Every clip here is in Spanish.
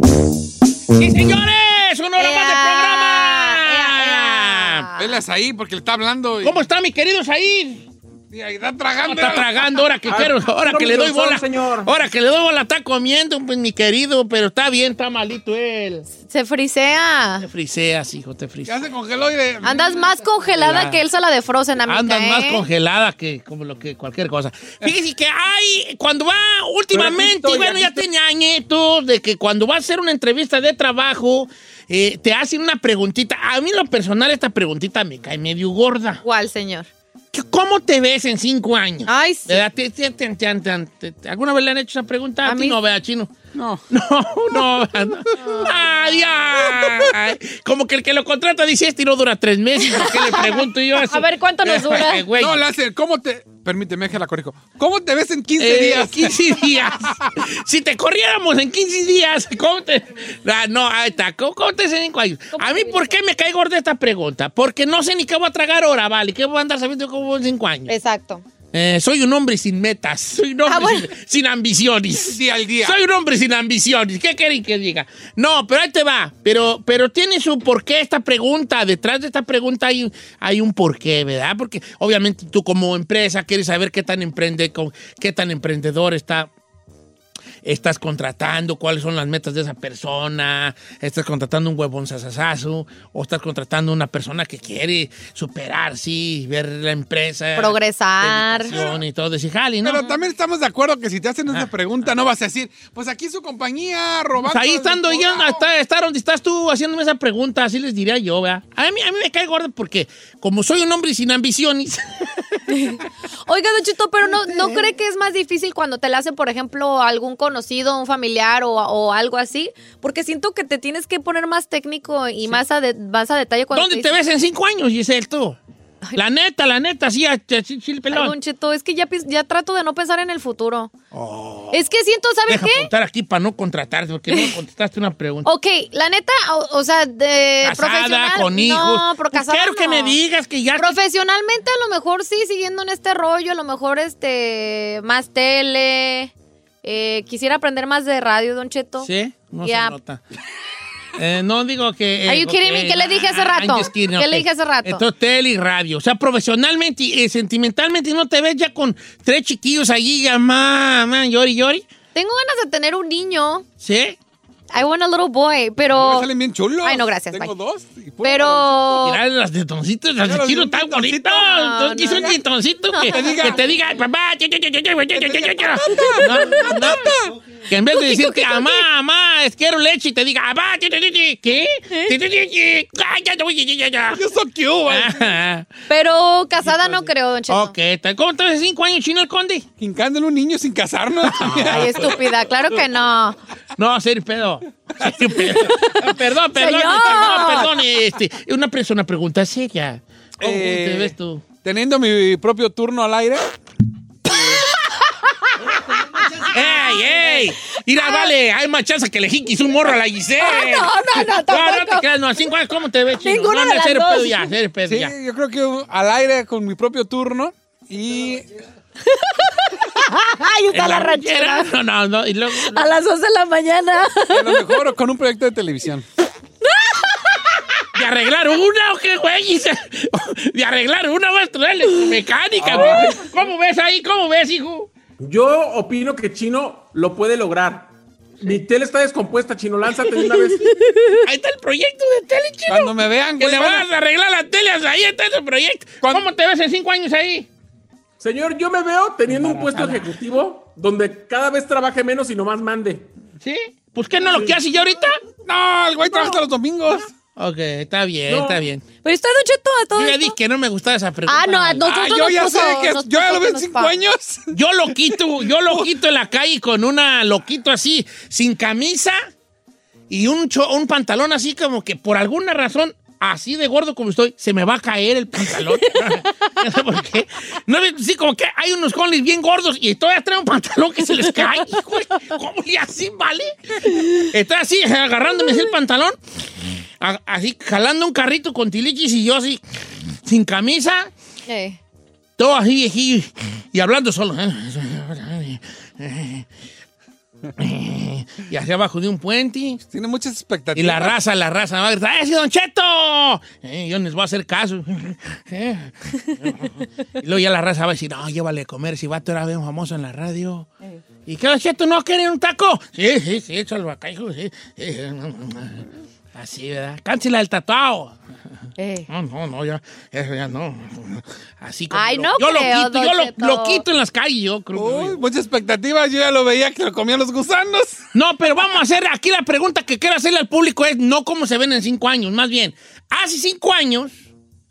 ¡Sí, señores! ¡Una hora más de Ea, programa! ea, ea. Él es ahí porque le está hablando. y- ¿Cómo está, mi querido Said? Y ahí está No tragando. está tragando, ahora que Ah, quiero, ahora que le doy son, bola. señor. Ahora que le doy bola, está comiendo, pues, mi querido, pero está bien, está malito él. Se frisea. Te friseas, hijo, te Ya friseas. se congeló y de... Andas más congelada Ya. que Elsa la de Frozen, amiga. Ah. Andas más ¿eh? congelada que como lo que cualquier cosa. Fíjese que hay, cuando va, últimamente, Pero aquí estoy, bueno, aquí ya tenía añitos, de que cuando va a hacer una entrevista de trabajo, eh, te hacen una preguntita. A mí, en lo personal, esta preguntita me cae medio gorda. ¿Cuál, señor? ¿Qué- ¿Cómo te ves en cinco años? Ay, sí. ¿Verdad? Te- te- te- te- te- te- te- ¿Alguna vez le han hecho esa pregunta? A, A ti mí- no, vea, chino. No. No, no. no. Ay, ay. Como que el que lo contrata dice, este no dura tres meses. ¿por ¿Qué le pregunto yo así? A ver, ¿cuánto nos dura? Eh, güey. No, le hace, ¿cómo te...? Permíteme que la corrijo. ¿Cómo te ves en 15 Eh, días? 15 días. si te corriéramos en 15 días, ¿cómo te.? Ah, no, ahí está. ¿Cómo, cómo te hacen en cuál? A mí, ¿por qué me cae gorda esta pregunta? Porque no sé ni qué voy a tragar ahora, vale. ¿Qué voy a andar sabiendo cómo voy en 5 años? Exacto. Eh, soy un hombre sin metas. Soy un hombre Ah, bueno. sin, sin ambiciones. Sí, al día. Soy un hombre sin ambiciones. ¿Qué quieren que diga? No, pero ahí te va. Pero, pero tiene su porqué esta pregunta. Detrás de esta pregunta hay, hay un porqué, ¿verdad? Porque obviamente tú como empresa quieres saber qué tan emprende, con- qué tan emprendedor está. Estás contratando, cuáles son las metas de esa persona, estás contratando un huevón sasasazo, o estás contratando una persona que quiere superarse, ver la empresa. Progresar. dedicación Y todo, decir, jale, ¿no? Pero también estamos de acuerdo que si te hacen Ah. esa pregunta, no vas a decir, pues aquí su compañía robando... Pues ahí estando del ya, poblado". hasta estar donde estás tú haciéndome esa pregunta, así les diría yo, ¿verdad? A mí, a mí me cae gordo porque como soy un hombre sin ambiciones, Oiga, Don Chito, pero no, ¿no cree que es más difícil cuando te la hace, por ejemplo, algún conocido, un familiar o, o algo así? Porque siento que te tienes que poner más técnico y más, a de- más a detalle cuando ¿dónde te ves en cinco años, Giselle, tú? La neta, la neta, sí, así, sí, el Ay, pelón. Don Cheto, es que ya, piens- ya trato de no pensar en el futuro. Es que siento, ¿sabes Oh. Deja qué? apuntar aquí para no contratarte, porque no me contestaste una pregunta. Ok, la neta, o, o sea, de casada, profesional, con hijos. No, pero Pues casada Quiero que no. me digas que ya... Profesionalmente a lo mejor sí, siguiendo en este rollo, a lo mejor este más tele. eh, quisiera aprender más de radio, Don Cheto. Sí, no Ya. se nota. Eh, no digo que. eh, Are you kidding me? ok, ¿Qué le dije hace ah, rato? I'm just kidding, ¿Qué le ok. dije hace rato? Entonces, tele y radio. O sea, profesionalmente y eh, sentimentalmente, ¿no te ves ya con tres chiquillos allí, ya, mamá, llori, llori? Tengo ganas de tener un niño. ¿Sí? I want a little boy, Me pero Salen bien chulos. Ay, no, gracias, Tengo bye. dos. y puro pero Mirá, las de toncitos, las de Claro, chino un tan bonitas. toncito. No, Entonces, quiso no, un no. tintoncito que, te diga. que te diga, "Ay, papá, yo, yo, yo, yo, yo, yo, yo, yo, yo, yo". No, no. Que en vez de decirte, mamá, mamá, es quiero leche, y te diga, papá, yo, yo, yo, yo". ¿qué? Yo, yo, yo, yo. Ay, ya, ya, ya, ya, ya. ¿Eh? Yo soy cute, güey. Ajá. pero casada no creo, Don Cheto. Ok, está- ¿cómo estás de cinco años, Chino el Conde? Quincándole un niño sin casarnos. Ay, estúpida, claro que no. No, serio pedo. Serio pedo. perdón, perdón, Señor. no, perdón. Este, una, pres- una pregunta seria. ¿Cómo Eh, te ves tú? Teniendo mi propio turno al aire. ¡Ey, ey! Ah, Mira, vale, hay más chance que le jinquis un morro a la Giselle. Ah. no, no, no, No, no te tampoco. creas, no, a cinco años, ¿cómo te ves, Chino? Ninguna no, no, de las serio dos. pedo ya, serio pedo Sí, ya. yo creo que uh, al aire con mi propio turno. Y Ay, está ¿En la ranchera? No, ranchera. no, no, y luego... A las 11 de la mañana. a lo mejor con un proyecto de televisión. ¿De arreglar una o qué, güey? Giselle? ¿De arreglar una vas a traer Ah. mecánica, güey? ¿Cómo ves ahí? ¿Cómo ves, hijo? Yo opino que Chino lo puede lograr. Mi tele está descompuesta, chino. Lánzate de una vez. Ahí está el proyecto de tele, chino. Cuando me vean, Que güey. le van a- vas a arreglar las teles, ahí está ese proyecto. ¿Cómo te ves en cinco años ahí? Señor, yo me veo teniendo un puesto ejecutivo donde cada vez trabaje menos y nomás mande. ¿Sí? Pues qué no lo que hace yo ahorita. No, el güey trabaja hasta los domingos. Ok, está bien, No. está bien. Pero está Don Cheto a todo Yo ya esto. dije que no me gustaba esa pregunta. Ah, no, a Ah, nosotros yo nos ya puso- sé que nos yo ya lo puso que veo en nos cinco paga. años. Yo lo quito, yo lo quito en la calle con una loquito así, sin camisa y un, cho- un pantalón así como que por alguna razón, así de gordo como estoy, se me va a caer el pantalón. no sé por qué. No, sí, como que hay unos conlis bien gordos y todavía traen un pantalón que se les cae. Hijo, ¿Cómo y así, vale? Está así, agarrándome así el pantalón, a- así jalando un carrito con tilichis y yo así, sin camisa. Eh. Todo así viejillo y hablando solo. Y hacia abajo de un puente. Tiene muchas Y expectativas. la raza, la raza va a gritar, ¡Ese Don Cheto! Eh, yo no les voy a hacer caso. Eh. Y luego ya la raza va a decir, no, llévale a comer, si vato era bien famoso en la radio. ¿Y qué Don Cheto no quiere un taco? Sí, sí, sí, échalo acá, hijo, sí. Eh, sí. Así, ¿verdad? Cáncela el eh, tatuado. Eh. No, no, no, ya, eso ya no. Así como. Ay, lo- no yo creo, lo quito, Don yo lo, Cheto. lo quito en las calles, yo creo. que lo Uy, digo. muchas expectativas. Yo ya lo veía que lo comían los gusanos. No, pero vamos a hacer aquí la pregunta que quiero hacerle al público es no cómo se ven en cinco años, más bien, hace cinco años,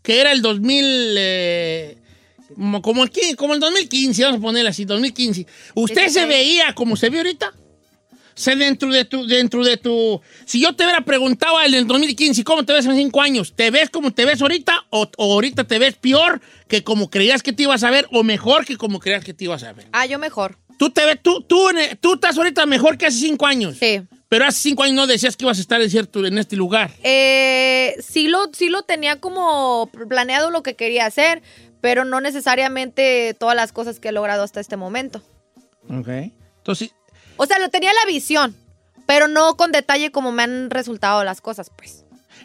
que era el 2000, eh, como, como el, qui- como el 2015, vamos a ponerle así, 2015, ¿usted se Dieciséis. veía como se ve ahorita? Se dentro de tu, dentro de tu, si yo te hubiera preguntado el del 2015, ¿cómo te ves en cinco años? ¿Te ves como te ves ahorita o, o ahorita te ves peor que como creías que te ibas a ver o mejor que como creías que te ibas a ver? Ah, yo mejor. Tú te ves, tú, tú, en el- tú estás ahorita mejor que hace cinco años. Sí. Pero hace cinco años no decías que ibas a estar en, cierto, en este lugar. Eh, sí, lo, sí lo tenía como planeado lo que quería hacer, pero no necesariamente todas las cosas que he logrado hasta este momento. Ok. Entonces, O sea, lo tenía la visión, pero no con detalle como me han resultado las cosas, pues.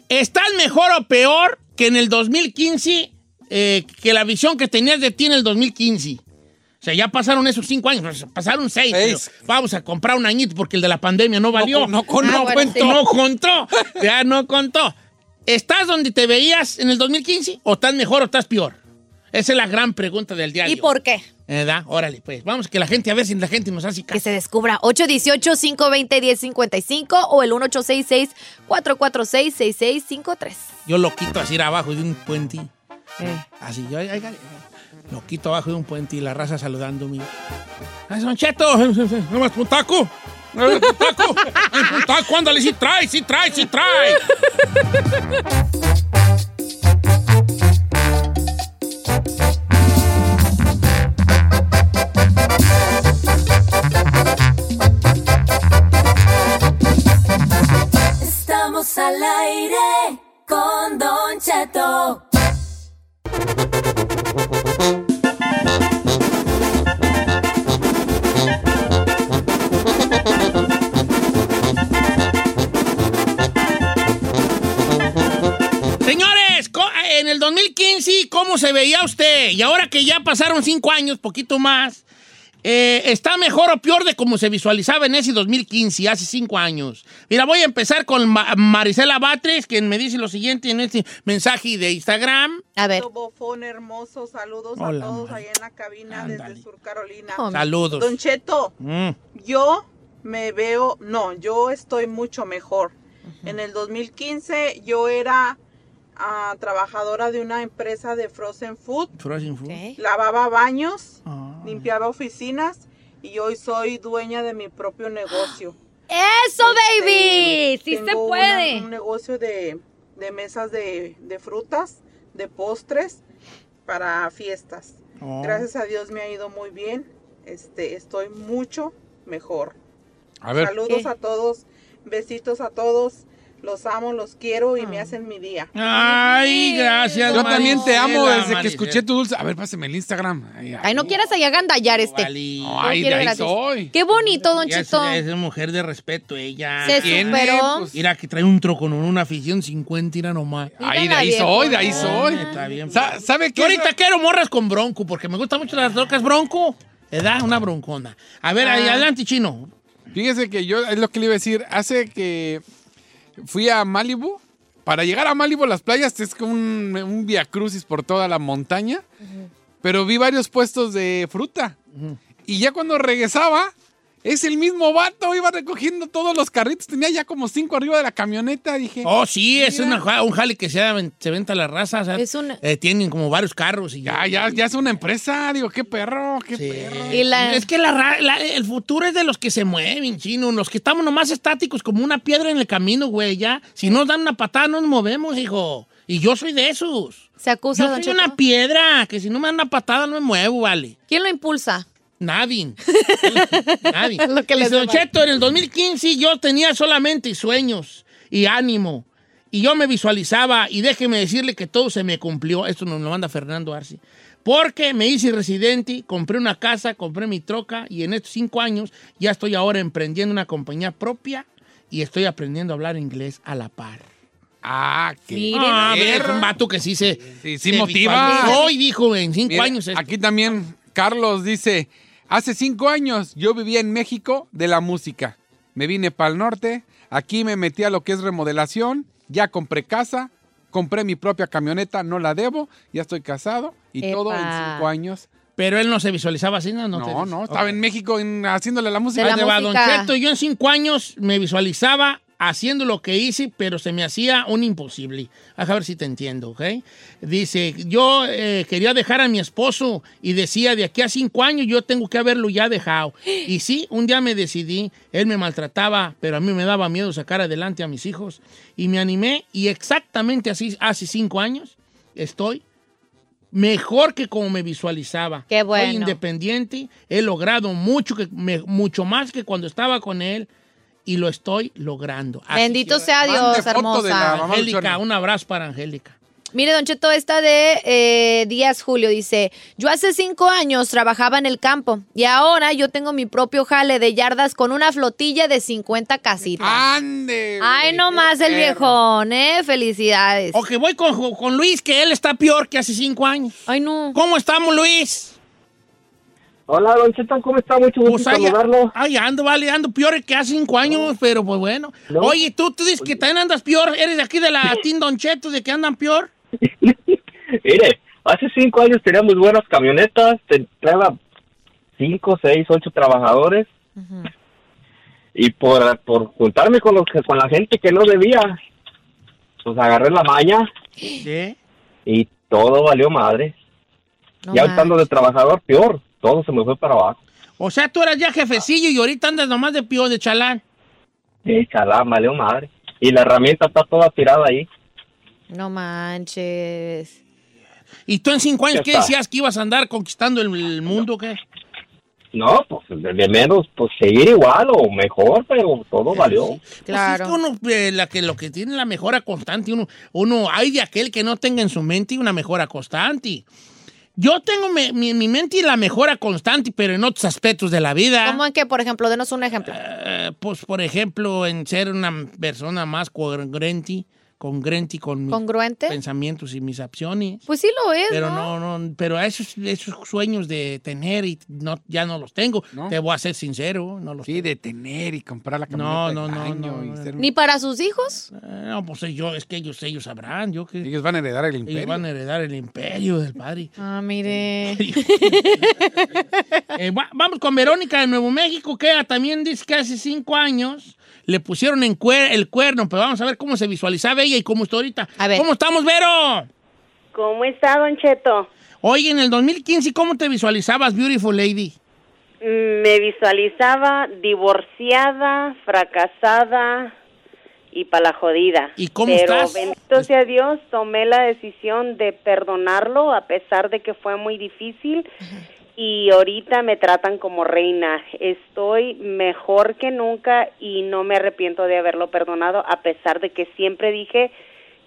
¿estás mejor o peor que en el 2015, eh, que la visión que tenías de ti en el 2015? O sea, ya pasaron esos cinco años, pues, pasaron seis. Seis. pero vamos a comprar un añito porque el de la pandemia no valió. con- no con- Ah, no bueno, cuento. sí. No contó. Ya no contó. ¿Estás donde te veías en el 2015? ¿O estás mejor o estás peor? Esa es la gran pregunta del diario. ¿Y por qué? ¿Verdad? Órale, pues. Vamos, que la gente, a ver si la gente nos hace Que caso. se descubra 818-520-1055 o el 1866-446-6653. Yo lo quito así abajo de un puente. Así, yo, ay, ay, ay, lo quito abajo de un puente y la raza saludándome. ¡Ay, Don Cheto! eh, ¡No más un taco! ¡No más un taco! ¡Un taco! ¡Ándale, sí trae, sí trae, sí trae! Estamos al aire con Don Cheto. Señores, co- en el 2015, ¿cómo se veía usted? Y ahora que ya pasaron cinco años, poquito más, eh, ¿está mejor o peor de cómo se visualizaba en ese 2015, hace cinco años? Mira, voy a empezar con Ma- Marisela Batres, quien me dice lo siguiente en este mensaje de Instagram. A ver. Bofón hermoso, saludos Hola, a todos Mari. allá en la cabina Ándale. desde Sur Carolina. Oh, Saludos. Don Cheto, Mm. yo me veo, no, yo estoy mucho mejor. En el 2015 yo era ah, trabajadora de una empresa de frozen food, Frozen food. Ok. lavaba baños, Ah. limpiaba oficinas y hoy soy dueña de mi propio negocio. ¡Eso, baby! ¡Sí Tengo se una- puede! un negocio de, de mesas de, de frutas, de postres para fiestas. Oh. Gracias a Dios me ha ido muy bien. Este, estoy mucho mejor. A ver. Saludos ¿Qué? a todos, besitos a todos. Los amo, los quiero y me Ah. hacen mi día. Ay, gracias. Yo también te amo Marisela, desde que Marisela. escuché tu dulce. A ver, pásame el Instagram. Ay, Ay, no quieras allá gandallar este. Vale. No, ay, quiere de ahí gratis. soy. Qué bonito, Don Ya es, Chito. ya es mujer de respeto ella. Se tiene, superó. pues, Mira, que trae un troco con una afición 50 y nomás. Ay, de Mírala, ahí viejo. soy, de ahí soy. Ah, Está bien. Sa- ¿Sabe qué? Yo ahorita quiero morras con Ah. bronco, porque me gustan mucho las trocas bronco. ¿Edad? Una broncona. A ver, ahí, adelante, chino. Fíjese que yo, es lo que le iba a decir, hace que fui a Malibu. Para llegar a Malibu, las playas es como un, un via crucis por toda la montaña. Pero vi varios puestos de fruta. Y ya cuando regresaba, es el mismo vato, iba recogiendo todos los carritos. Tenía ya como cinco arriba de la camioneta. Dije, Oh, sí, es Mira. una ja- un jale que se, da- se venta la raza. o sea, Es una- eh, tienen como varios carros y ya, ya, ya es una empresa. Digo, qué perro, qué Sí. perro. Y la- Es que la ra- la- el futuro es de los que se mueven, chino. Los que estamos nomás estáticos como una piedra en el camino, güey, ya. Si nos dan una patada, no nos movemos, hijo. Y yo soy de esos. Se acusa, yo don soy Cheto. una piedra, que si no me dan una patada, no me muevo, vale. ¿Quién lo impulsa? Nadie. Nadie. Lo que les Dice, da "Don Cheto, en el 2015 yo tenía solamente sueños y ánimo. Y yo me visualizaba, y déjeme decirle que todo se me cumplió. Esto nos lo manda Fernando Arce. Porque me hice residente, compré una casa, compré mi troca, y en estos cinco años ya estoy ahora emprendiendo una compañía propia y estoy aprendiendo a hablar inglés a la par. Ah, qué Miren. Ah, perro. es un vato que sí se, Sí, sí se motiva. visualizó y dijo en cinco Mira, años. esto. Aquí también Carlos dice, hace cinco años yo vivía en México de la música. Me vine para el norte, aquí me metí a lo que es remodelación, ya compré casa, compré mi propia camioneta, no la debo, ya estoy casado y Epa. todo en cinco años. Pero él no se visualizaba así, ¿no? No, no, te- estaba Ok. en México en- haciéndole la música. De la Ahí te va, música. Don Cheto. Yo en cinco años me visualizaba haciendo lo que hice, pero se me hacía un imposible. A ver si te entiendo, ¿ok? Dice, yo eh, quería dejar a mi esposo y decía, de aquí a cinco años yo tengo que haberlo ya dejado. Y sí, un día me decidí, él me maltrataba, pero a mí me daba miedo sacar adelante a mis hijos. Y me animé y exactamente así, hace cinco años, estoy mejor que como me visualizaba. Qué bueno. Soy independiente, he logrado mucho, que me- mucho más que cuando estaba con él y lo estoy logrando. Así Bendito que- sea Mande Dios, foto de la hermosa. mamá Angélica, luchona. un abrazo para Angélica. Mire, Don Cheto, esta de eh, Díaz Julio dice, yo hace cinco años trabajaba en el campo y ahora yo tengo mi propio jale de yardas con una flotilla de 50 casitas. ¡Ande! Ay, güey, no qué más el perro. viejón, ¿eh? Felicidades. Ok, voy con, con Luis, que él está peor que hace cinco años. Ay, no. ¿Cómo estamos, Luis? Hola, Don Cheto, ¿cómo está? Mucho gusto Pues ahí, saludarlo. ahí ando, vale, ando peor que hace cinco años, pero pues bueno. No. Oye, tú, tú dices que también andas peor, eres de aquí de la Team Don Cheto, de que andan peor. Mire, hace cinco años teníamos buenas camionetas, te- traía cinco, seis, ocho trabajadores. Y por, por juntarme con, los, que- con la gente que no debía, pues agarré la maña Sí. y todo valió madre. No ya manches. estando de trabajador, peor, todo se me fue para abajo. O sea, tú eras ya jefecillo y ahorita andas nomás de peor, de chalán. Échala, Eh, valió madre. Y la herramienta está toda tirada ahí. No manches. ¿Y tú en cinco años Ya qué está. decías que ibas a andar conquistando el, el mundo? ¿Qué? No, pues de, de menos, pues seguir igual o mejor, pero todo valió. Claro. Pues es que uno, eh, la que, lo que tiene la mejora constante, uno, uno hay de aquel que no tenga en su mente una mejora constante. Yo tengo me- mi, mi mente y la mejora constante, pero en otros aspectos de la vida. ¿Cómo en qué, por ejemplo? Denos un ejemplo. Eh, pues, por ejemplo, en ser una persona más congruente, congruente con mis ¿Congruente? pensamientos y mis acciones. Pues sí lo es, Pero ¿no? no, no, pero esos, esos sueños de tener y no, ya no los tengo. ¿No? Te voy a ser sincero, no los Sí, de tener y comprar la camioneta No, del no, no, año no, y no, ser- ¿Ni para sus hijos? Eh, No, pues yo, es que ellos, ellos sabrán, yo que ellos Ellos van a heredar el imperio. van a heredar el imperio del padre. Ah, mire. Eh, va- vamos con Verónica de Nuevo México, que ella también dice que hace cinco años le pusieron en cuer- el cuerno, pero vamos a ver cómo se visualizaba ella y cómo está ahorita. A ver. ¿Cómo estamos, Vero? ¿Cómo está, Don Cheto? Oye, en el 2015, ¿cómo te visualizabas, Beautiful Lady? Mm, Me visualizaba divorciada, fracasada y pa' la jodida. ¿Y cómo Pero estás? bendito sea Dios, tomé la decisión de perdonarlo a pesar de que fue muy difícil y ahorita me tratan como reina. Estoy mejor que nunca y no me arrepiento de haberlo perdonado a pesar de que siempre dije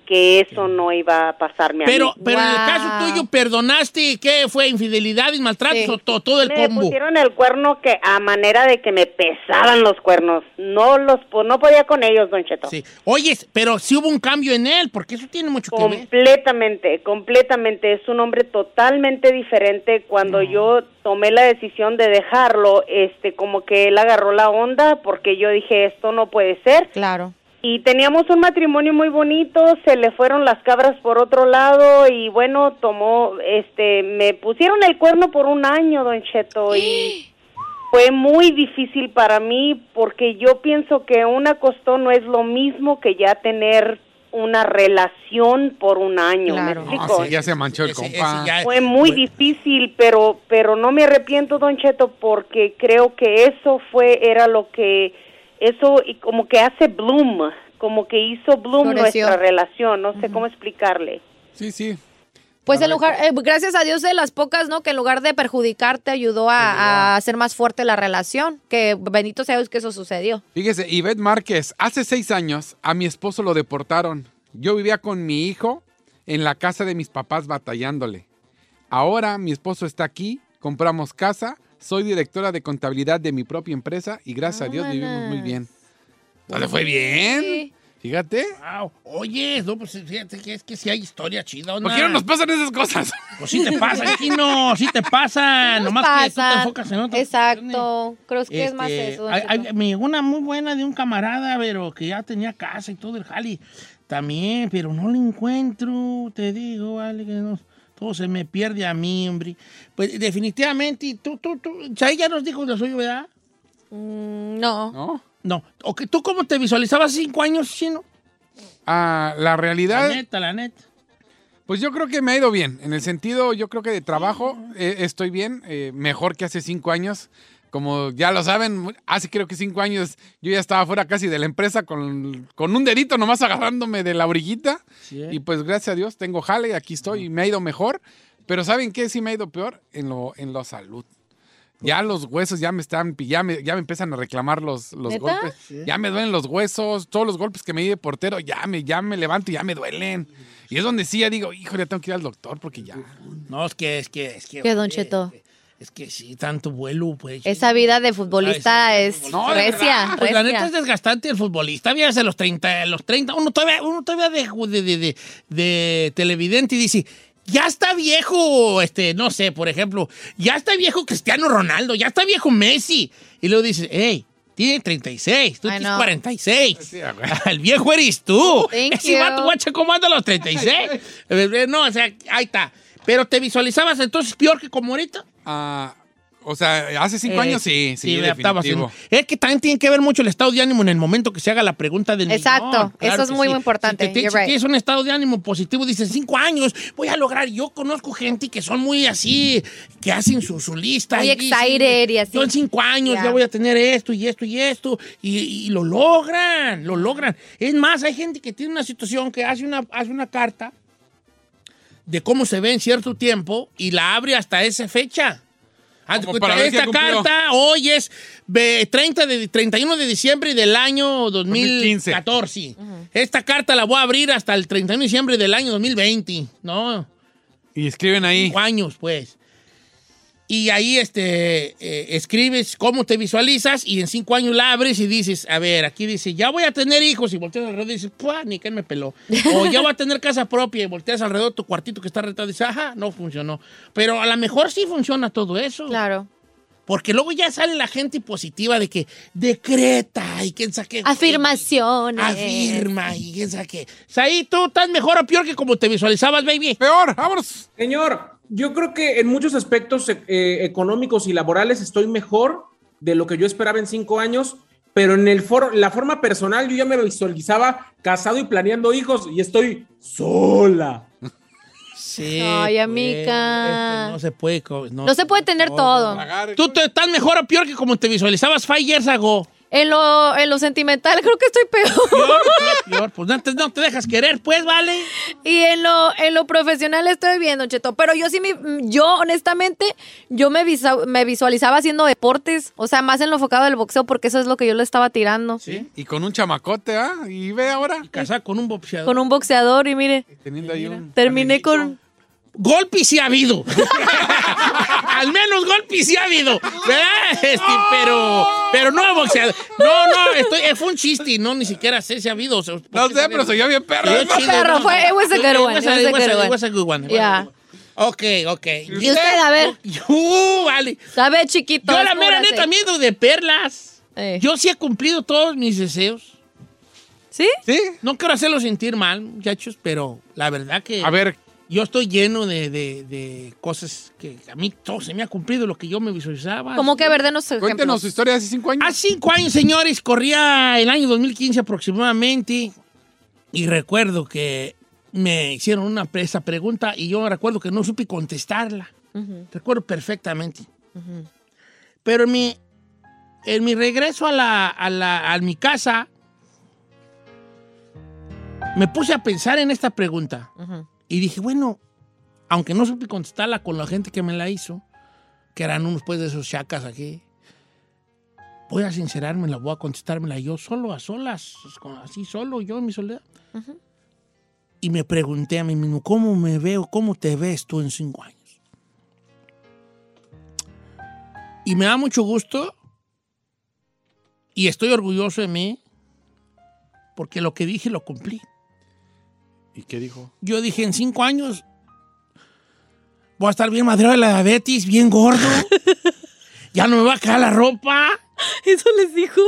que eso no iba a pasarme a Pero, mí. pero en el caso tuyo, ¿perdonaste qué fue? ¿Infidelidad y maltrato? Sí. o to- todo el me combo. pusieron el cuerno que a manera de que me pesaban los cuernos. No los po- no podía con ellos, Don Cheto. Oye, pero sí hubo un cambio en él, porque eso tiene mucho que ver. Completamente, completamente. Es un hombre totalmente diferente. Cuando yo tomé la decisión de dejarlo, este, como que él agarró la onda porque yo dije, esto no puede ser. Claro. Y teníamos un matrimonio muy bonito, se le fueron las cabras por otro lado y bueno, tomó, este, me pusieron el cuerno por un año, don Cheto, y fue muy difícil para mí porque yo pienso que un acostón no es lo mismo que ya tener una relación por un año, ¿me Ah, explico? sí, ya se manchó el compa. Fue muy difícil, pero pero no me arrepiento, Don Cheto, porque creo que eso fue era lo que eso y como que hace bloom, como que hizo bloom Floreció. nuestra relación, no sé cómo explicarle. Sí, sí. Pues en lugar, eh, gracias a Dios de las pocas, ¿no? Que en lugar de perjudicarte ayudó a, a hacer más fuerte la relación. Que bendito sea Dios que eso sucedió. Fíjese, Ivette Márquez, hace seis años a mi esposo lo deportaron. Yo vivía con mi hijo en la casa de mis papás batallándole. Ahora mi esposo está aquí, compramos casa, soy directora de contabilidad de mi propia empresa y gracias a Dios vivimos muy bien. ¿No le fue bien? Fíjate. Wow. Oye, no, pues fíjate que es que sí hay historia chida, ¿o ¿Por qué no nos pasan esas cosas? Pues sí te pasan, chino, sí te pasan. Nomás que tú te pasan. enfocas en otra. Exacto. Creo que es más Este, eso. don hay- Cheto. hay- me llegó una muy buena de un camarada, pero que ya tenía casa y todo el jali. También, pero no la encuentro, te digo, vale, que no- todo se me pierde a mí, hombre. Pues definitivamente, y tú, tú, tú, Chay ya nos dijo lo suyo, ¿verdad? Mm, No. ¿No? No. ¿O que ¿Tú cómo te visualizabas cinco años, chino? Ah, la realidad. La neta, la neta. Pues yo creo que me ha ido bien. En el sentido, yo creo que de trabajo eh, estoy bien, eh, mejor que hace cinco años. Como ya lo saben, hace creo que cinco años yo ya estaba fuera casi de la empresa con, con un dedito nomás agarrándome de la orillita. Y pues gracias a Dios tengo jale, aquí estoy y me ha ido mejor. Pero ¿saben qué? Sí me ha ido peor en lo, en la salud. Ya los huesos ya me están, pi- ya me, ya me empiezan a reclamar los, los ¿Neta? golpes. Sí. Ya me duelen los huesos, todos los golpes que me di de portero, ya me, ya me levanto y ya me duelen. Y es donde sí ya digo, híjole, tengo que ir al doctor porque ya. No, es que, es que, es que. Que Don eh, Cheto. Es que sí, tanto vuelo, pues. Esa vida de futbolista es No, de recia, verdad, pues, la recia. neta es desgastante el futbolista. Vías a los 30, a los 30. Uno todavía, uno todavía de, de, de- de- de televidente y dice. Ya está viejo, este, no sé, por ejemplo, ya está viejo Cristiano Ronaldo, ya está viejo Messi. Y luego dices, hey, tiene 36, tú I tienes know. 46. El viejo eres tú. Thank Ese you. vato guacha cómo anda a los 36. Eh, no, o sea, ahí está. Pero te visualizabas entonces peor que como ahorita. Ah, o sea, hace cinco Eh, años sí, sí, me adaptaba, definitivo. sí. Es que también tiene que ver mucho el estado de ánimo en el momento que se haga la pregunta del Exacto, millón, eso es que muy, muy importante, Si, te- you're si right. tienes un estado de ánimo positivo, dices, cinco años, voy a lograr. Yo conozco gente que son muy así, que hacen su, su lista. Muy y dicen, excited y así. Yo en cinco años Ya. ya voy a tener esto y esto y esto. Y, y lo logran, lo logran. Es más, hay gente que tiene una situación que hace una, hace una carta de cómo se ve en cierto tiempo y la abre hasta esa fecha. Haz de Como cuenta, para ver si esta cumplió. carta hoy es ve- 30 de, 31 de diciembre del año 2015. 2014. Esta carta la voy a abrir hasta el 31 de diciembre del año 2020. No, Y escriben ahí. cinco años, pues. Y ahí este, eh, escribes cómo te visualizas y en cinco años la abres y dices, a ver, aquí dice, ya voy a tener hijos y volteas alrededor y dices, ¡pua! Ni que me peló. O ya voy a tener casa propia y volteas alrededor tu cuartito que está retado y dices, ajá, no funcionó. Pero a lo mejor sí funciona todo eso. Claro. Porque luego ya sale la gente positiva de que decreta y quién sabe qué. Afirmaciones. Afirma y quién sabe qué. Saí, tú estás mejor o peor que como te visualizabas, baby. Peor, vámonos. Señor, yo creo que en muchos aspectos eh, eh, económicos y laborales estoy mejor de lo que yo esperaba en cinco años, pero en el foro, la forma personal yo ya me visualizaba casado y planeando hijos y estoy sola. Sí. Ay, pues, amiga. es que no se puede. co- No se puede tener no, todo. Tú te estás mejor o peor que como te visualizabas five years ago. En lo, en lo sentimental creo que estoy peor. Peor, peor, peor. Pues no te, no te dejas querer, pues, vale. Y en lo, en lo profesional estoy bien, Don Cheto. Pero yo sí, me- yo honestamente, yo me, visa- me visualizaba haciendo deportes. O sea, más en lo enfocado del boxeo, porque eso es lo que yo le estaba tirando. Sí. Y con un chamacote, ¿ah? Y ve ahora. Casar con un boxeador. Con un boxeador y mire, Teniendo ahí un. terminé con... Golpe sí ha habido. Al menos golpe sí ha habido. ¿Verdad? Este, pero, pero no boxeador. No, no, estoy, eh, fue un chiste y no ni siquiera sé si ha habido. o sea, No sé, pero soy yo bien perro. Quedó ¿no? chido, perro, ¿no? fue- it was a good one, It was a- it was a it was a- good one. it was a good one. Ya. Ok, ok. ¿Y usted? A ver. Uh, vale. ¿Sabe, chiquito? Yo la mera descúbrase. neta miedo de perlas. Eh. Yo sí he cumplido todos mis deseos. ¿Sí? Sí. No quiero hacerlo sentir mal, muchachos, pero la verdad que A ver, yo estoy lleno de, de- de cosas que a mí todo se me ha cumplido lo que yo me visualizaba. Como que verde nos cuéntenos su historia de hace cinco años. Hace cinco años, señores, corría el año 2015 aproximadamente y recuerdo que me hicieron una, pre- esa pregunta y yo recuerdo que no supe contestarla. Recuerdo perfectamente. Pero en mi, en mi regreso a, la, a, la- a mi casa, me puse a pensar en esta pregunta y dije, bueno, aunque no supe contestarla con la gente que me la hizo, que eran unos pues de esos chacas aquí, voy a sincerármela, voy a contestármela yo solo, a solas, con- así solo, yo en mi soledad. Y me pregunté a mí mismo, ¿cómo me veo, cómo te ves tú en cinco años? Y me da mucho gusto y estoy orgulloso de mí porque lo que dije lo cumplí. ¿Y qué dijo? Yo dije, en cinco años voy a estar bien madreado de la diabetes, bien gordo. ya no me va a caer la ropa. Eso les dijo.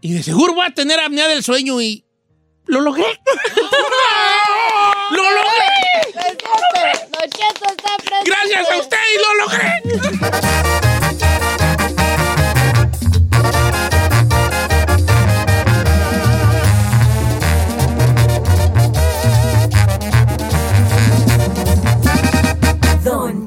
Y de seguro voy a tener apnea del sueño y... ¡Lo logré! ¡Lo logré! Don Cheto está presente. ¡Gracias a usted y lo logré! Don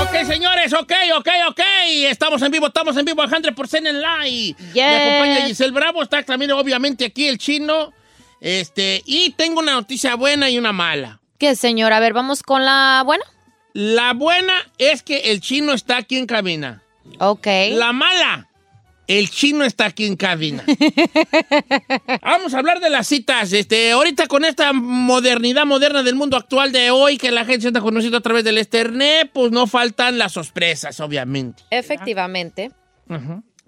Ok, señores, ok, ok, ok. Estamos en vivo, estamos en vivo, 100% en live. Me Yes. acompaña Giselle Bravo, está también obviamente aquí el chino. Este, y tengo una noticia buena y una mala. ¿Qué, señor? A ver, vamos con la buena. La buena es que el chino está aquí en cabina. Ok. La mala, el chino está aquí en cabina. Vamos a hablar de las citas. Este, ahorita con esta modernidad moderna del mundo actual de hoy, que la gente se está conociendo a través del internet, pues no faltan las sorpresas, obviamente. Efectivamente.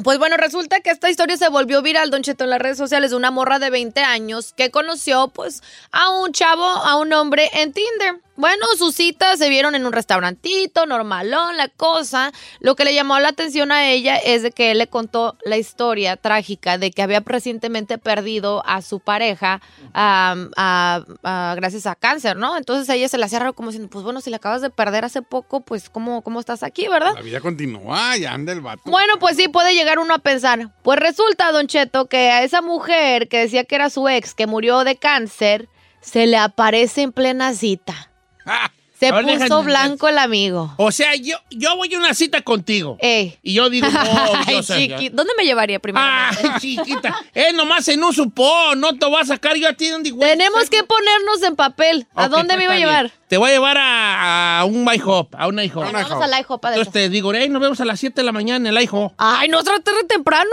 Pues bueno, resulta que esta historia se volvió viral, Don Cheto, en las redes sociales de una morra de 20 años que conoció, pues, a un chavo, a un hombre en Tinder. Bueno, sus citas se vieron en un restaurantito, normalón, la cosa. Lo que le llamó la atención a ella es de que él le contó la historia trágica de que había recientemente perdido a su pareja am, a- a- gracias a cáncer, ¿no? Entonces a ella se la cerró como diciendo, pues bueno, si la acabas de perder hace poco, pues ¿cómo, cómo estás aquí, verdad? La vida continúa, ya anda el vato. Bueno, pues sí, puede llegar uno a pensar. Pues resulta, Don Cheto, que a esa mujer que decía que era su ex, que murió de cáncer, se le aparece en plena cita. Ah, Se Ahora puso dejan- blanco el amigo. O sea, yo, yo voy a una cita contigo. Ey. Y yo digo, no, Ay, yo soy- chiqui- ¿Dónde me llevaría primero? Ay, chiquita. Es Eh, nomás en un supón, no te voy a sacar yo a ti donde güey. Tenemos que ponernos en papel. ¿A Ok, dónde pues, me iba a está llevar? bien. Te voy a llevar a, a un IHOP, a un IHOP. Bueno, vamos al IHOP, Entonces te digo, hey, nos vemos a las 7 de la mañana en el IHOP. Ay, ¿no traté re temprano?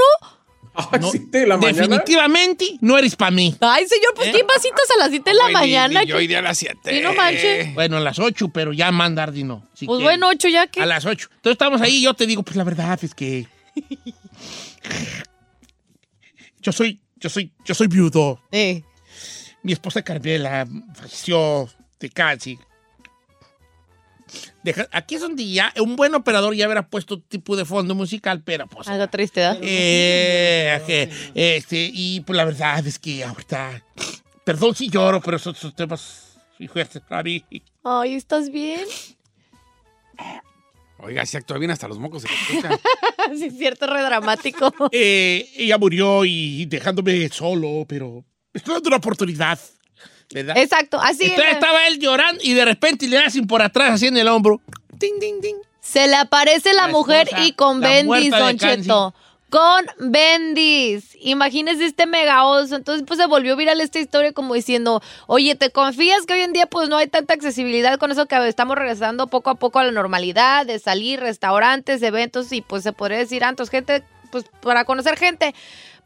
No, de la mañana? Definitivamente no eres para mí. Ay, señor, pues ¿quién va a citas a las 7 de la Güey, ¿eh? ni- mañana? ni yo iría a las 7. Sí, no manches. Bueno, a las 8, pero ya mandar no. si Pues quieres. bueno, ocho ya que. A las 8. Entonces estamos ahí y yo te digo, pues la verdad es que. Yo soy, yo soy, yo soy viudo. Mi esposa Carmela falleció de cáncer. Deja- aquí es donde ya un buen operador ya habrá puesto tipo de fondo musical, pero pues. Algo triste, ¿verdad? Eh, que, este, y pues la verdad es que ahorita. Perdón si lloro, pero son, son temas muy fuertes para mí. Ay, ¿estás bien? Oiga, si actúa bien hasta los mocos se le escuchan. sí, es cierto, re dramático. Eh, ella murió y dejándome solo, pero estoy dando una oportunidad. ¿Verdad? Exacto, así Entonces era. estaba él llorando y de repente le hacen por atrás, así en el hombro. Ding, ding, ding. Se le aparece la, La mujer esposa, y con la Bendis, muerta de Don Cheto. Con Bendis. Imagínese este mega oso. Entonces, pues se volvió viral esta historia como diciendo, oye, ¿te confías que hoy en día pues no hay tanta accesibilidad con eso que estamos regresando poco a poco a la normalidad de salir, restaurantes, eventos y pues se podría decir antes, gente, pues para conocer gente.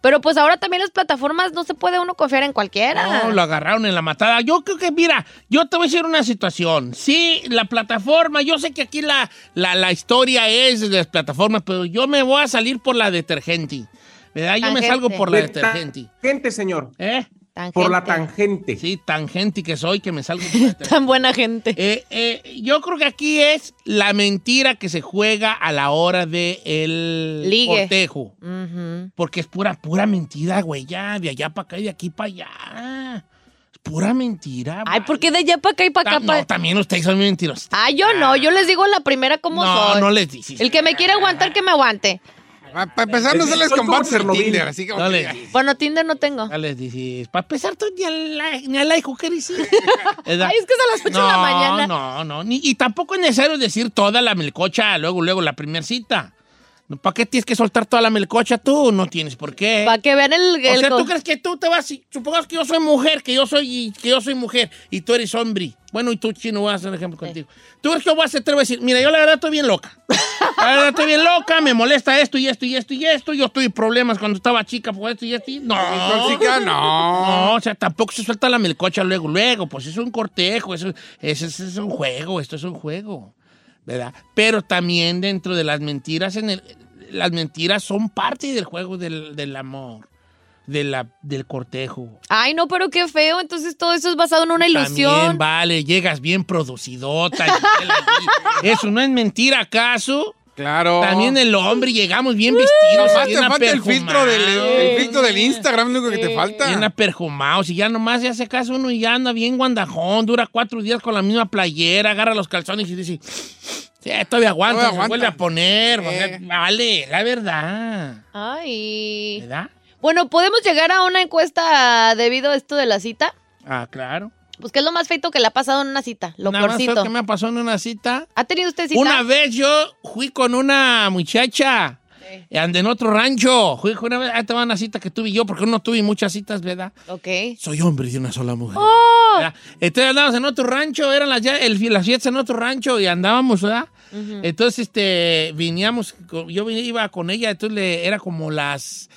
Pero pues ahora también las plataformas no se puede uno confiar en cualquiera. No, lo agarraron en la matada. Yo creo que, mira, yo te voy a decir una situación. Sí, la plataforma, yo sé que aquí la, la, la historia es de las plataformas, pero yo me voy a salir por la detergente. ¿Verdad? Yo me Tangente. salgo por la De detergente. Gente, señor. ¿Eh? Por la tangente. Sí, tangente que soy, que me salgo por la detergente. Tan buena gente. Eh, eh, yo creo que aquí es la mentira que se juega a la hora de el Ligue. cortejo. Ujú. Porque es pura, pura mentira, güey. Ya, de allá para acá y de aquí para allá. Es pura mentira. Ay, ¿por qué de allá para acá y para Ta- acá? pa- no, también ustedes son mentirosos. Ay, Ah, yo no, yo les digo la primera como No, soy. no les dices. Pues, El que me quiere aguantar, que me aguante. Para empezar, no Sí, se les soy como combate el Chernobyl. Tinder, así que. No les dices. Bueno, Tinder no tengo. No les dices. Para empezar, tú ni al, like- ni al hijo que eres. Ay, es que es a las 8 de la mañana. No, no, ni- y tampoco es necesario decir toda la melcocha luego, luego, la primera cita. ¿Para qué tienes que soltar toda la melcocha tú? No tienes por qué. Para que vean O el. el sea, co- ¿tú crees que tú te vas y supongamos que yo soy mujer, que yo soy que yo soy mujer y tú eres hombre? Bueno, y tú, Chino, voy a hacer un ejemplo contigo. ¿Tú crees que yo voy a hacer- te voy a decir, mira, yo la verdad estoy bien loca. La verdad estoy bien loca, me molesta esto y esto y esto y esto. Yo tuve problemas cuando estaba chica por esto y esto y No. Tóxica, no. No, o sea, tampoco se suelta la melcocha luego, luego. Pues es un cortejo, eso, eso- eso es un juego, esto es un juego. ¿Verdad? Pero también dentro de las mentiras, en el, las mentiras son parte del juego del, del amor, de la, del cortejo. Ay, no, pero qué feo. Entonces todo eso es basado en una También ilusión. vale, llegas bien producidota. Gisela, sí. Eso no es mentira, ¿acaso? Claro. También el hombre, llegamos bien vestidos. Nomás te bien falta el filtro, del, el filtro del Instagram, lo único que te Bien falta. aperjumados y ya nomás se hace caso uno y ya anda bien guandajón, dura cuatro días con la misma playera, agarra los calzones y dice, sí, todavía aguanta, Todavía se aguanta. vuelve a poner, o sea, Eh. vale, la verdad, Ay. ¿verdad? Bueno, ¿podemos llegar a una encuesta debido a esto de la cita? Ah, claro. Pues, ¿qué es lo más feito que le ha pasado en una cita? Lo Nada más fue peorcito. que me pasó en una cita. ¿Ha tenido usted cita? Una vez yo fui con una muchacha. eh, Andé en otro rancho. Fui con una vez. Ah, te va una cita que tuve yo, porque no tuve muchas citas, ¿verdad? Ok. Soy hombre de una sola mujer. ¿verdad? Entonces andábamos en otro rancho, eran las, ya- el- las fiestas en otro rancho y andábamos, ¿verdad? Entonces, este, veníamos, co- yo vin- iba con ella, entonces le- era como las,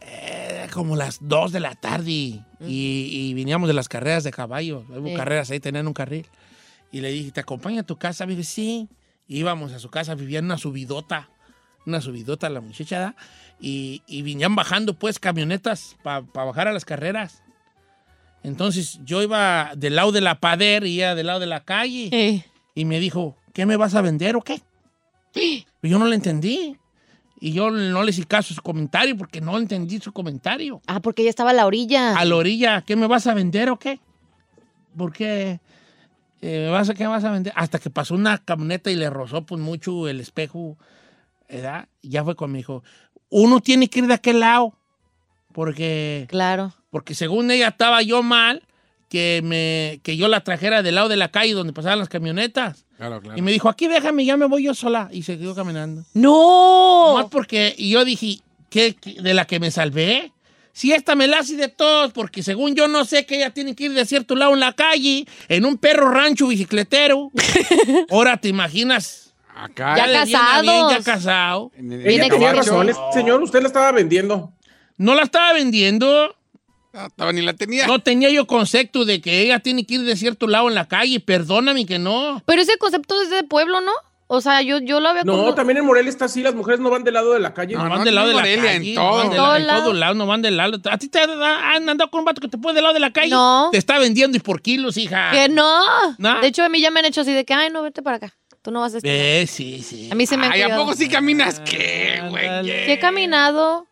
eh, como las 2 de la tarde y, y veníamos de las carreras de caballo, hubo Sí. carreras ahí, tenían un carril. Y le dije, ¿te acompaña a tu casa? Me dijo, sí. Y íbamos a su casa, vivía en una subidota, una subidota la muchacha, ¿verdad? y, y venían bajando pues camionetas para bajar a las carreras. Entonces yo iba del lado de la pader y ella del lado de la calle. Y me dijo, ¿qué me vas a vender o qué? Y yo no le entendí. Y yo no le hice caso a su comentario porque no entendí su comentario. Ah, porque ya estaba a la orilla. A la orilla, ¿qué me vas a vender o qué? ¿Por qué? Eh, ¿me vas a, ¿Qué vas a vender? Hasta que pasó una camioneta y le rozó pues mucho el espejo, ¿verdad? Y ya fue conmigo. Uno tiene que ir de aquel lado porque... Claro. Porque según ella estaba yo mal que, me, que yo la trajera del lado de la calle donde pasaban las camionetas. Claro, claro. Y me dijo, aquí déjame, ya me voy yo sola. Y se quedó caminando. ¡No! Más porque y yo dije, ¿qué, qué- de la que me salvé? Si esta me la hace de todos, porque según yo no sé que ella tiene que ir de cierto lado en la calle, en un perro rancho bicicletero. Ahora te imaginas. Acá. Ya le viene a bien, ya casado. casados. Ella tenía razón, ese señor, usted la estaba vendiendo. No la estaba vendiendo. No, estaba ni la tenía. No tenía yo concepto de que ella tiene que ir de cierto lado en la calle. Perdóname que no. Pero ese concepto es de pueblo, ¿no? O sea, yo, yo lo había No, como- también en Morelia está así, las mujeres no van del lado de la calle. No, No, van no, del lado de la Morelia, calle. en no todo. van del lado- En En todo todos lados, no van del lado. ¿A ti te ha- han andado con un vato que te puede del lado de la calle? No. Te está vendiendo y por kilos, hija. Que no. Ah. ¿No? De hecho, a mí ya me han hecho así de que, ay, no, vete para acá. Tú no vas a estar. Eh, sí, sí. Ah, A mí se me han Ay, ¿a cuidado. poco sí caminas? ¿Qué, güey? Ándale. ¿Qué? Sí he caminado.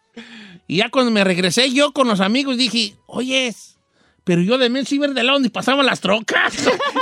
Y ya cuando me regresé yo con los amigos dije, oyes, pero yo de mí sí ver de lado donde pasaban las trocas.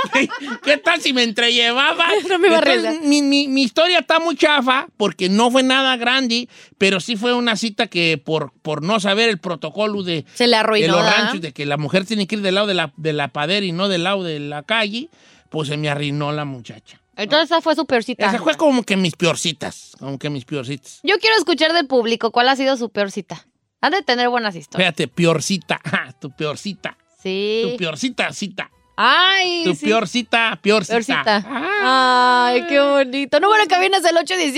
¿Qué tal si me entrellevaba? No me iba a Entonces, arriesgar. mi, mi- mi historia está muy chafa porque no fue nada grande, pero sí fue una cita que por, por no saber el protocolo de, Se le de arruinó. los ¿verdad? ranchos, de que la mujer tiene que ir del lado de la, de la padera y no del lado de la calle, pues se me arruinó la muchacha. Entonces esa fue su peorcita. Esa fue como que mis peorcitas, como que mis peorcitas. Yo quiero escuchar del público cuál ha sido su peorcita. Han de tener buenas historias. Fíjate, peorcita, ajá, tu peorcita, tu Sí. peorcita, cita, Ay, tu sí. peorcita, peorcita. Peorcita. Ah. Ay, qué bonito. Número de cabina es el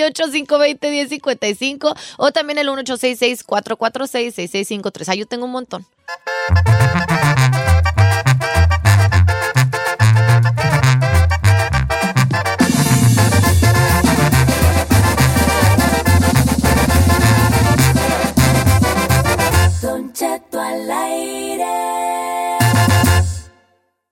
818-520-1055 o también el 1866-446-6653. Ay, yo tengo un montón. Don Cheto al aire.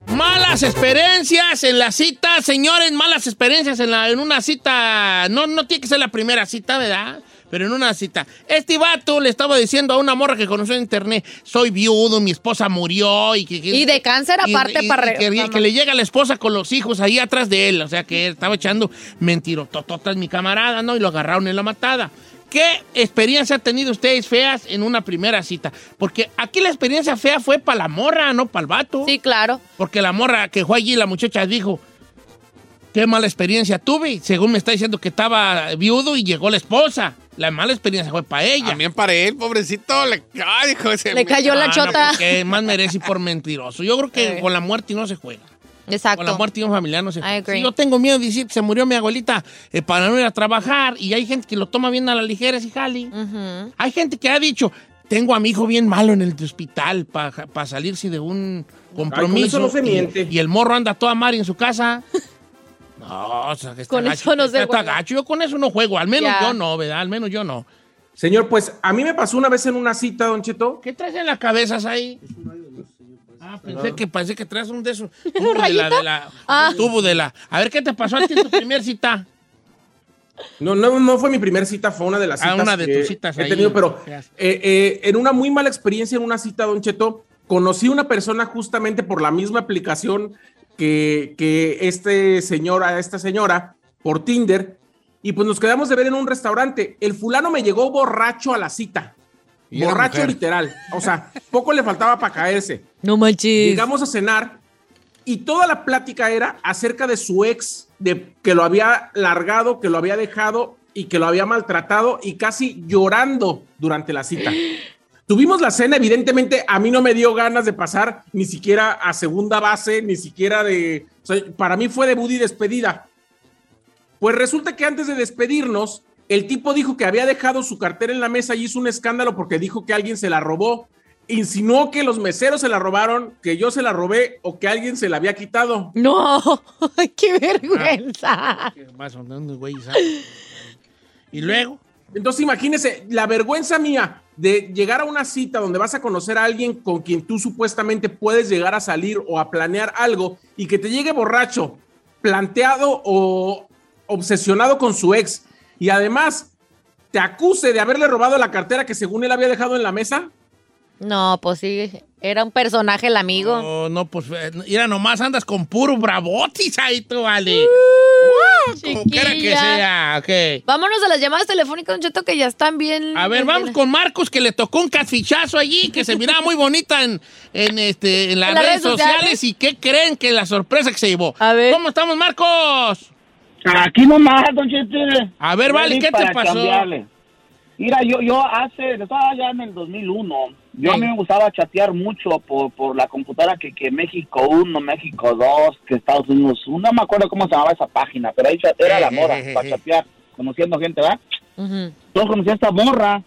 Malas experiencias en la cita, señores, malas experiencias en, la, en una cita. No, no tiene que ser la primera cita, ¿verdad? Pero en una cita. Este vato le estaba diciendo a una morra que conoció en internet, soy viudo, mi esposa murió y que... que- Y de cáncer y- aparte y- para... y que, para- que le llega la esposa con los hijos ahí atrás de él. O sea, que él estaba echando mentirotototas mi camarada, ¿no? Y lo agarraron en la matada. ¿Qué experiencia han tenido ustedes feas en una primera cita? Porque aquí la experiencia fea fue para la morra, no para el vato. Sí, claro. Porque la morra que fue allí, la muchacha dijo, qué mala experiencia tuve. Según me está diciendo que estaba viudo y llegó la esposa. La mala experiencia fue para ella. También para él, pobrecito. Le, ay, hijo, se Le me- cayó la Ah, no, chota. porque más merece por mentiroso. Yo creo que con la muerte no se juega. Con la Exacto. muerte de un familiar no se I juega. agree. Si yo tengo miedo de decir que se murió mi abuelita eh, para no ir a trabajar y hay gente que lo toma bien a la ligera, y jali. Ujú. Hay gente que ha dicho, tengo a mi hijo bien malo en el hospital para salirse de un compromiso. Ay, con eso no se y- miente. Y, el morro anda toda madre en su casa. No, o sea, que está Con eso gacho, no se está- está juega. gacho. Yo con eso no juego, al menos Ya. yo no, ¿verdad? Al menos yo no. Señor, pues a mí me pasó una vez en una cita, Don Cheto. ¿Qué traes en las cabezas ahí? Ah, pensé que, pensé que traes un de esos. tubo de la, de la- Ah. un tubo de la. A ver, ¿qué te pasó a ti en tu primer cita? No, no, no fue mi primer cita, fue una de las Ah, citas. una de que tus citas He ahí. tenido, pero eh, eh, en una muy mala experiencia, en una cita, Don Cheto, conocí una persona justamente por la misma aplicación que, que este señor, a esta señora, por Tinder. Y pues nos quedamos de ver en un restaurante. El fulano me llegó borracho a la cita. Y era Borracho mujer. literal. O sea, poco le faltaba para caerse. No manches. Llegamos a cenar y toda la plática era acerca de su ex, de que lo había largado, que lo había dejado y que lo había maltratado y casi llorando durante la cita. Tuvimos la cena, evidentemente a mí no me dio ganas de pasar ni siquiera a segunda base, ni siquiera de... o sea, para mí fue debut y despedida. Pues resulta que antes de despedirnos, el tipo dijo que había dejado su cartera en la mesa y hizo un escándalo porque dijo que alguien se la robó. Insinuó que los meseros se la robaron, que yo se la robé o que alguien se la había quitado. No, qué vergüenza. Que Más o menos, güey, ¿sabes? Y luego. Entonces imagínese la vergüenza mía de llegar a una cita donde vas a conocer a alguien con quien tú supuestamente puedes llegar a salir o a planear algo y que te llegue borracho, planteado o obsesionado con su ex y además te acuse de haberle robado la cartera que según él había dejado en la mesa? No, pues sí, era un personaje el amigo. No, no, pues, eh, mira, nomás andas con puro bravotis ahí tú, vale. Uh, Wow, como quiera que sea, ok. Vámonos a las llamadas telefónicas, Don Cheto, que ya están bien. A ver, vamos con Marcos, que le tocó un catfichazo allí, que se miraba muy bonita en, en, este, en las redes, sociales. ¿Y qué creen que la sorpresa que se llevó? A ver. ¿Cómo estamos, Marcos? Aquí nomás, don Chete. A ver, vale, Ready ¿qué te para pasó? cambiarle. Mira, yo, yo hace, estaba allá en el 2001, yo a mí me gustaba chatear mucho por, por la computadora que, que México 1, México 2, que Estados Unidos 1, no me acuerdo cómo se llamaba esa página, pero ahí cha- era la mora para chatear, conociendo gente, ¿verdad? Entonces conocí a esta morra.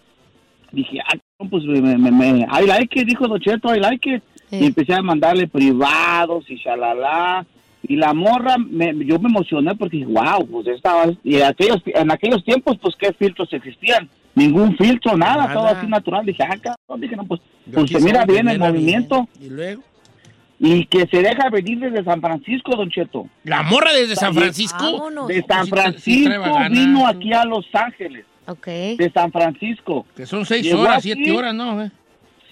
Dije, ah, no, pues me, me, me- I like it, dijo Docheto, I like it. Y empecé a mandarle privados y shalala. Y la morra, me- yo me emocioné porque dije, wow, pues estaba. Y en aquellos, en aquellos tiempos, pues, ¿qué filtros existían? Ningún filtro, nada, Nada. todo así natural. Dije, ah, cabrón, dije, no, pues, pues aquí se mira soy, bien me el mira bien. movimiento. Y luego. Y que se deja venir desde San Francisco, Don Cheto. ¿La morra desde San Francisco? Vámonos. De Pues San sí trae- sí trae Francisco ganas. vino aquí a Los Ángeles. Ok. De San Francisco. Que son seis Llegó horas, aquí. siete horas, ¿no? Eh.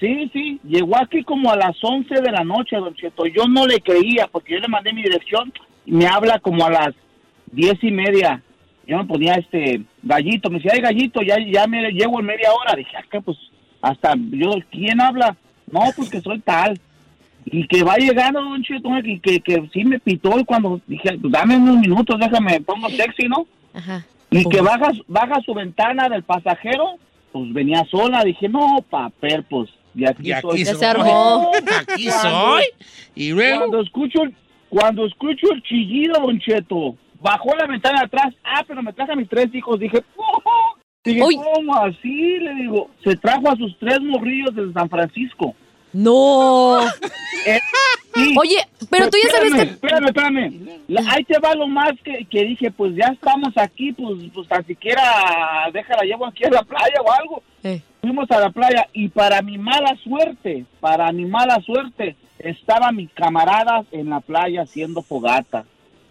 Sí, sí, llegó aquí como a las 11 de la noche, don Cheto. Yo no le creía porque yo le mandé mi dirección y me habla como a las diez y media. Yo me ponía este gallito, me decía, ay gallito, ya, ya me llevo en media hora. Dije, ah, ¿qué? pues hasta yo, ¿quién habla? No, pues que soy tal. Y que va llegando, don Cheto, y que, que sí me pitó y cuando dije, pues, dame unos minutos, déjame, pongo sexy, ¿no? Ajá. Y que baja, baja su ventana del pasajero, pues venía sola. Dije, no, papel, pues de aquí, De aquí soy. Ya se soy. armó. De aquí soy. Y luego. Cuando escucho, el- cuando escucho el chillido, Don Cheto, bajó la ventana de atrás. Ah, pero me traje a mis tres hijos. Dije, ¡oh! Dije, ¿cómo así? Le digo, se trajo a sus tres morrillos de San Francisco. ¡No! Oye, pero tú ya sabes que- Espérame, espérame. La- ahí te va lo más que, que dije, pues ya estamos aquí, pues, pues tan siquiera déjala, llevo aquí a la playa o algo. Fuimos a la playa y para mi mala suerte, para mi mala suerte, estaban mis camaradas en la playa haciendo fogata.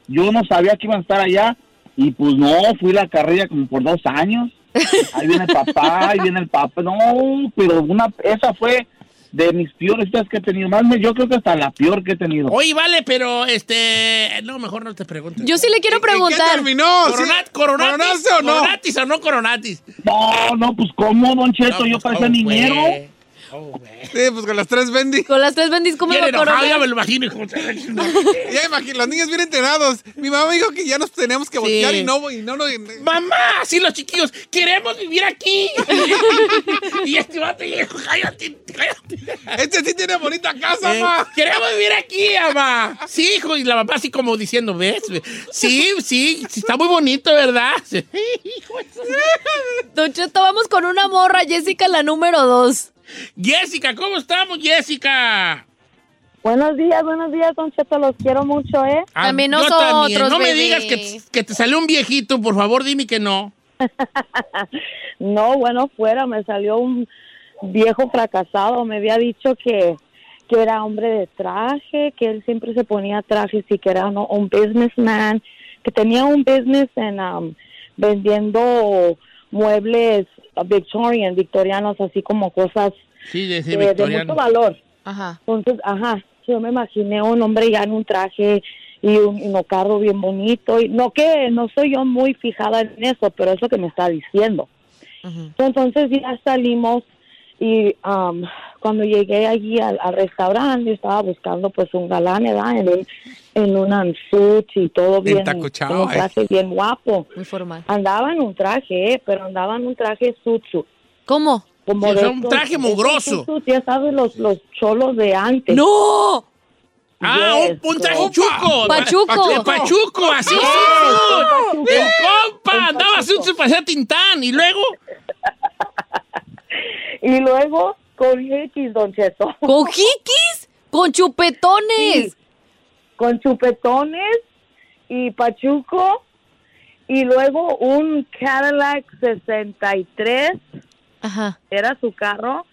Yo no sabía que iban a estar allá y pues no, fui la carrera como por dos años. Ahí viene el papá, ahí viene el papá. No, pero una, esa fue de mis peores citas que he tenido. Más, me- yo creo que hasta la peor que he tenido. Oye, vale, pero este. No, mejor no te preguntes. Yo sí le quiero preguntar. Coronat- coronatis, ¿Coronaste o no? ¿Coronatis o no coronatis? oh, No, no, pues cómo, Don Cheto, yo pues, parecía niñero. Sí, pues con las tres bendis. Con las tres bendis, ¿cómo Bien lo enojado, coronas? ya me lo ya imagino, los niños bien entrenados. Mi mamá dijo que ya nos teníamos que voltear y no, y no, no. Mamá, sí, los chiquillos, queremos vivir aquí. y este vato llegó, cállate, cállate. Este sí tiene bonita casa, Eh, mamá. ma. Queremos vivir aquí, mamá. Sí, hijo, y la mamá así como diciendo, ¿ves? Sí, sí, sí, está muy bonito, ¿verdad? Sí. Don Cheto, vamos con una morra, Jessica, la número dos. Jessica, ¿cómo estamos, Jessica? Buenos días, buenos días, Don Cheto, los quiero mucho, ¿eh? Ah, yo también. No me digas que, t- que te salió un viejito, por favor, dime que no. No, bueno, fuera, me salió un viejo fracasado, me había dicho que, que era hombre de traje, que él siempre se ponía trajes y que era un, un businessman, que tenía un business en um, vendiendo muebles uh, victorian, victorianos, así como cosas Sí, de, eh, de mucho valor. Entonces, ajá, yo me imaginé un hombre ya en un traje y un, y un carro bien bonito. Y no que no soy yo muy fijada en eso, pero es lo que me está diciendo. Entonces ya salimos y am, cuando llegué allí al, al restaurante yo estaba buscando pues un galán, ¿verdad? En un, en un anzuch y todo bien, tacuchao, en un ay. traje bien guapo. Muy formal. Andaba en un traje, eh, pero andaba en un traje suchu. ¿Cómo? Como Sí, o de sea, un esos- traje esos mugroso. tzu-tzus, ya sabes, los, los cholos de antes. ¡No! Ah, Yes, un, un traje so- chuco. Pachuco. De Pachuco, así. Yes, sí. un El pachuco. compa, Un andaba así, pachuco. se parecía Tintán. Y luego, Y luego con X, Don Cheto. ¿Con jiquis? ¿Con chupetones? con chupetones y pachuco. Y luego un Cadillac 63 Era su carro.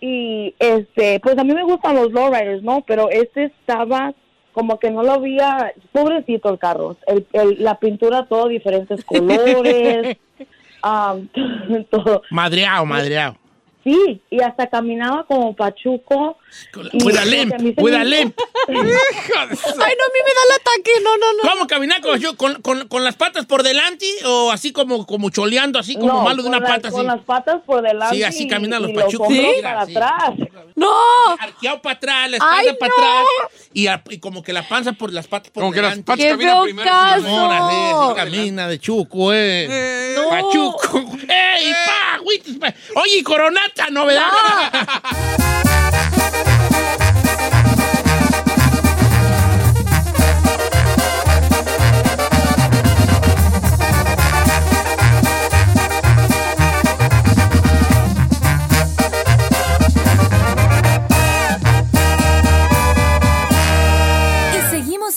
Y este, pues a mí me gustan los lowriders, ¿no? Pero este estaba como que no lo había, pobrecito el carro, el, el- la pintura todo diferentes colores, am, todo. Madreado, madreado. Sí, y hasta caminaba como pachuco. Y With a como que limp, a mí se with me- a limp. Ay, no, a mí me da el ataque. No, no, no. ¿Cómo caminar con, yo- con, con- con las patas por delante o así como, como choleando, así como No, malo de con una la- pata? Con así? las patas por delante. Sí, así y- caminan los y pachucos. hombros Sí. para Sí. atrás. ¡No! Arqueado para atrás, la espalda Ay, para no. atrás y, a- y como que la panza por las patas por Como que las delante. patas ¡Qué caminan feo primero, caso! Simón, así, así camina de chuco, eh. No. Pachuco. ¡Ey, pa! güites, pa! Oye, y coronata, novedad. Y seguimos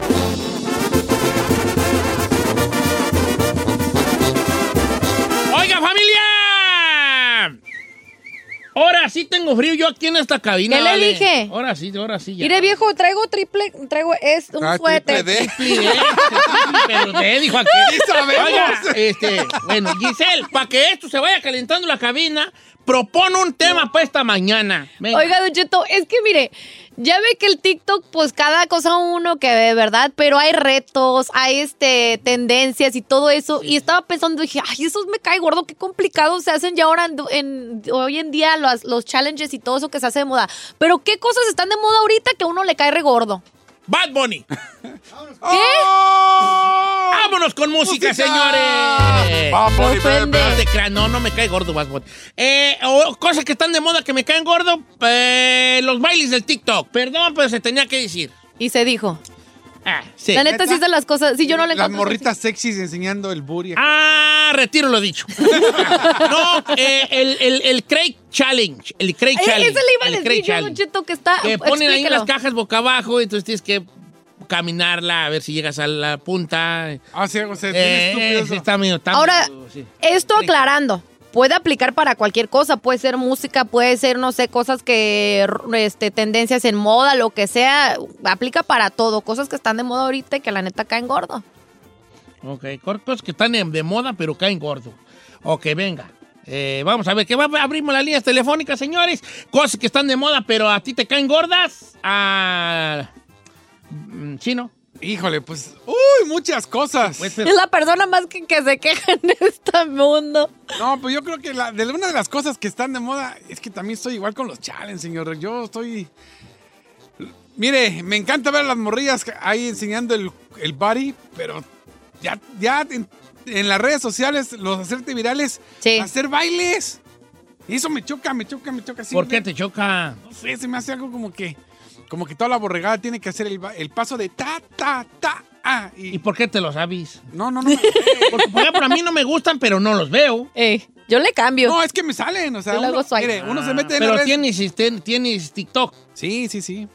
Oiga, familia. Ahora sí tengo frío yo aquí en esta cabina. ¿Qué le Ah, vale. dije? Ahora sí, ahora sí. Ya. Mire, viejo, traigo triple, traigo es un Ah, suéter. triple D. Triple D, Pero te dijo aquí. Sí sabemos. Oiga, este, bueno, Giselle, para que esto se vaya calentando la cabina, propone un tema para esta mañana. Venga. Oiga, Don Cheto, es que mire, ya ve que el TikTok, pues cada cosa uno que ve, ¿verdad? Pero hay retos, hay este tendencias y todo eso. Y estaba pensando, dije, ay, eso me cae gordo, qué complicado se hacen ya ahora en, en- hoy en día los, los challenges y todo eso que se hace de moda. Pero qué cosas están de moda ahorita que a uno le cae re gordo. Bad Bunny. ¿Qué? Vámonos con ¡Oh! música, señores. Bad Bunny, No te creas, no, no me cae gordo, Bad Bunny. Eh, o- cosas que están de moda que me caen gordo, eh, los bailes del TikTok. Perdón, pero se tenía que decir. Y se dijo. Ah, sí. La neta sí es de las cosas. Sí, yo no le Las encuentro. morritas sexys enseñando el booty. Ah, retiro lo dicho. no, eh, el, el, el Craig Challenge. El Craig Eh, Challenge. Ese le iba a el decir Craig yo, Don Challenge. Cheto, que está. Que ponen ahí explíquelo. las cajas boca abajo, entonces tienes que caminarla a ver si llegas a la punta. Ah, sí, o sea, Eh, bien estúpido eh, eso. sí, está medio, está Ahora, medio, sí. Esto aclarando, puede aplicar para cualquier cosa, puede ser música, puede ser, no sé, cosas que, r- este, tendencias en moda, lo que sea, aplica para todo, cosas que están de moda ahorita y que la neta caen gordo. Ok, cortos que están en- de moda, pero caen gordo. Ok, venga. Eh, vamos a ver, que va, abrimos las líneas telefónicas, señores. Cosas que están de moda, pero a ti te caen gordas. A... mm, Chino. Pues, Híjole, pues, uy, muchas cosas. Es la persona más que, que se queja en este mundo. No, pues yo creo que la, de una de las cosas que están de moda es que también estoy igual con los challenges, señor. Yo estoy. Mire, me encanta ver a las morrillas ahí enseñando el, el body, pero ya, ya en, en las redes sociales, los hacerte virales, hacer bailes. Y eso me choca, me choca, me choca. ¿Por qué te choca? No sé, se me hace algo como que. Como que toda la borregada tiene que hacer el, ba- el paso de ta, ta, ta, ah. Y, por qué te lo sabes? No, no, no. Porque por ejemplo, a mí no me gustan, pero no los veo. Eh, yo le cambio. No, es que me salen, o sea, Yo le hago uno- swipe. mire, uno se mete en Ah, Pero las redes- tienes, este, tienes TikTok. Sí, sí, sí.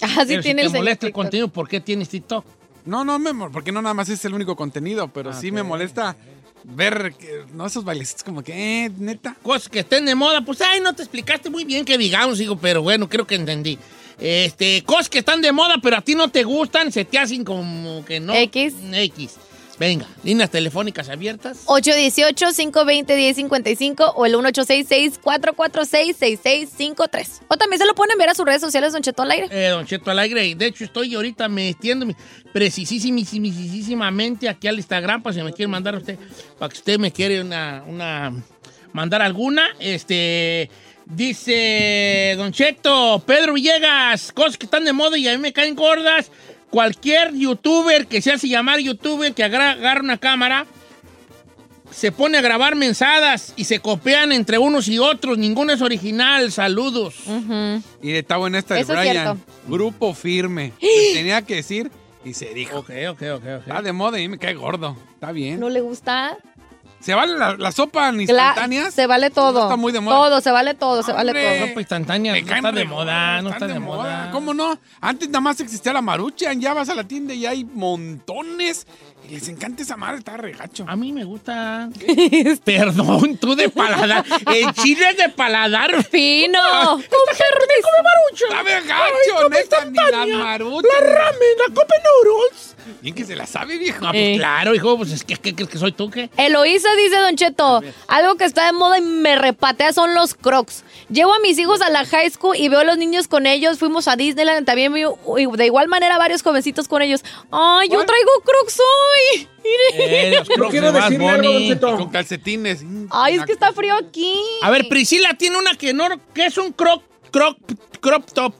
Ah, sí Pero tiene si te el señor molesta el TikTok. contenido, ¿por qué tienes TikTok? No, no, me mol- porque no nada más es el único contenido, Ah, pero sí me molesta ver que- no esos bailecitos como que, eh, neta. Cosas que estén de moda, pues ay, no te explicaste muy bien que digamos, digo, pero bueno, creo que entendí. Este, cosas que están de moda, pero a ti no te gustan, se te hacen como que no. X. X. Venga, líneas telefónicas abiertas. 818-520-1055 o el 1866-446-6653. O también se lo pueden ver a sus redes sociales, Don Cheto al aire. Eh, don Cheto Alegre, y de hecho estoy ahorita metiéndome precisísimamente aquí al Instagram para si me quieren mandar a usted, para que usted me quiere una, una mandar alguna. Este dice Don Cheto, Pedro Villegas, cosas que están de moda y a mí me caen gordas. Cualquier youtuber que se hace llamar youtuber que agra- agarra una cámara se pone a grabar mensadas y se copian entre unos y otros. Ninguno es original. Saludos. Y está buena esta de Eso es Brian. cierto. Grupo firme. Se tenía que decir y se dijo. Ok, ok, ok. Está de moda y me cae gordo. Está bien. ¿No le gusta? ¿Se vale la, la sopa Cla- instantánea? Se vale todo. está muy de moda. Todo, se vale todo, se vale Eh, todo. Sopa instantánea no está de moda, no está de moda. ¿Cómo no? Antes nada más existía la maruchan, ya vas a la tienda y hay montones. Y les encanta esa madre, está regacho. A mí me gusta. Perdón, tú de paladar. El chile es de paladar. Fino. A ver, gacho, neta, ni la maruchan. La ramen, la copa neuros. Bien que se la sabe, viejo. Eh, Ah, pues Eh. claro, hijo, pues es que ¿qué crees que soy tú, ¿qué? Eloísa dice, Don Cheto, algo que está de moda y me repatea son los crocs. Llevo a mis hijos a la high school y veo a los niños con ellos. Fuimos a Disneyland también vi- y de igual manera varios jovencitos con ellos. ¡Ay, yo traigo crocs hoy! Mire. Eh, los Yo Crocs quiero de Bad decirle algo, Bunny. Don Cheto. Con calcetines. ¡Ay, es que está frío aquí! A ver, Priscila tiene una que no, que es un crop, crop, crop top.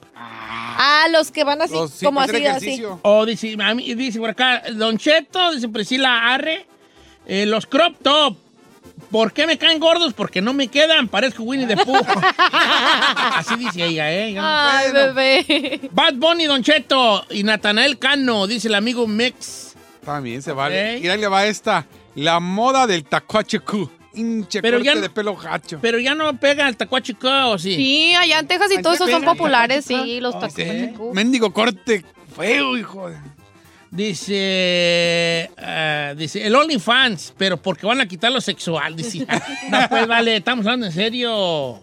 Ah, los que van así, pues como así, así. O dice, a mí- dice por acá, Don Cheto, dice Priscila Arre, eh, los crop top. ¿Por qué me caen gordos? Porque no me quedan, parezco Winnie the Pooh. Así dice ella, ¿eh? Yo no- ¡Ay, Bueno. bebé! Bad Bunny, Don Cheto y Natanael Cano, dice el amigo Mex. También se vale. Y ahí le va esta, la moda del tacuache Q. Hinche Pero corte ya no- de pelo gacho. Pero ya no pega el tacuachico, ¿o sí? Sí, allá en Texas y Allá todos esos son pegan, populares, ¿verdad? sí, los tacos. Mendigo corte feo, hijo. de- Dice, ah, dice, el OnlyFans, pero porque van a quitar lo sexual, dice. No, pues vale, estamos hablando en serio.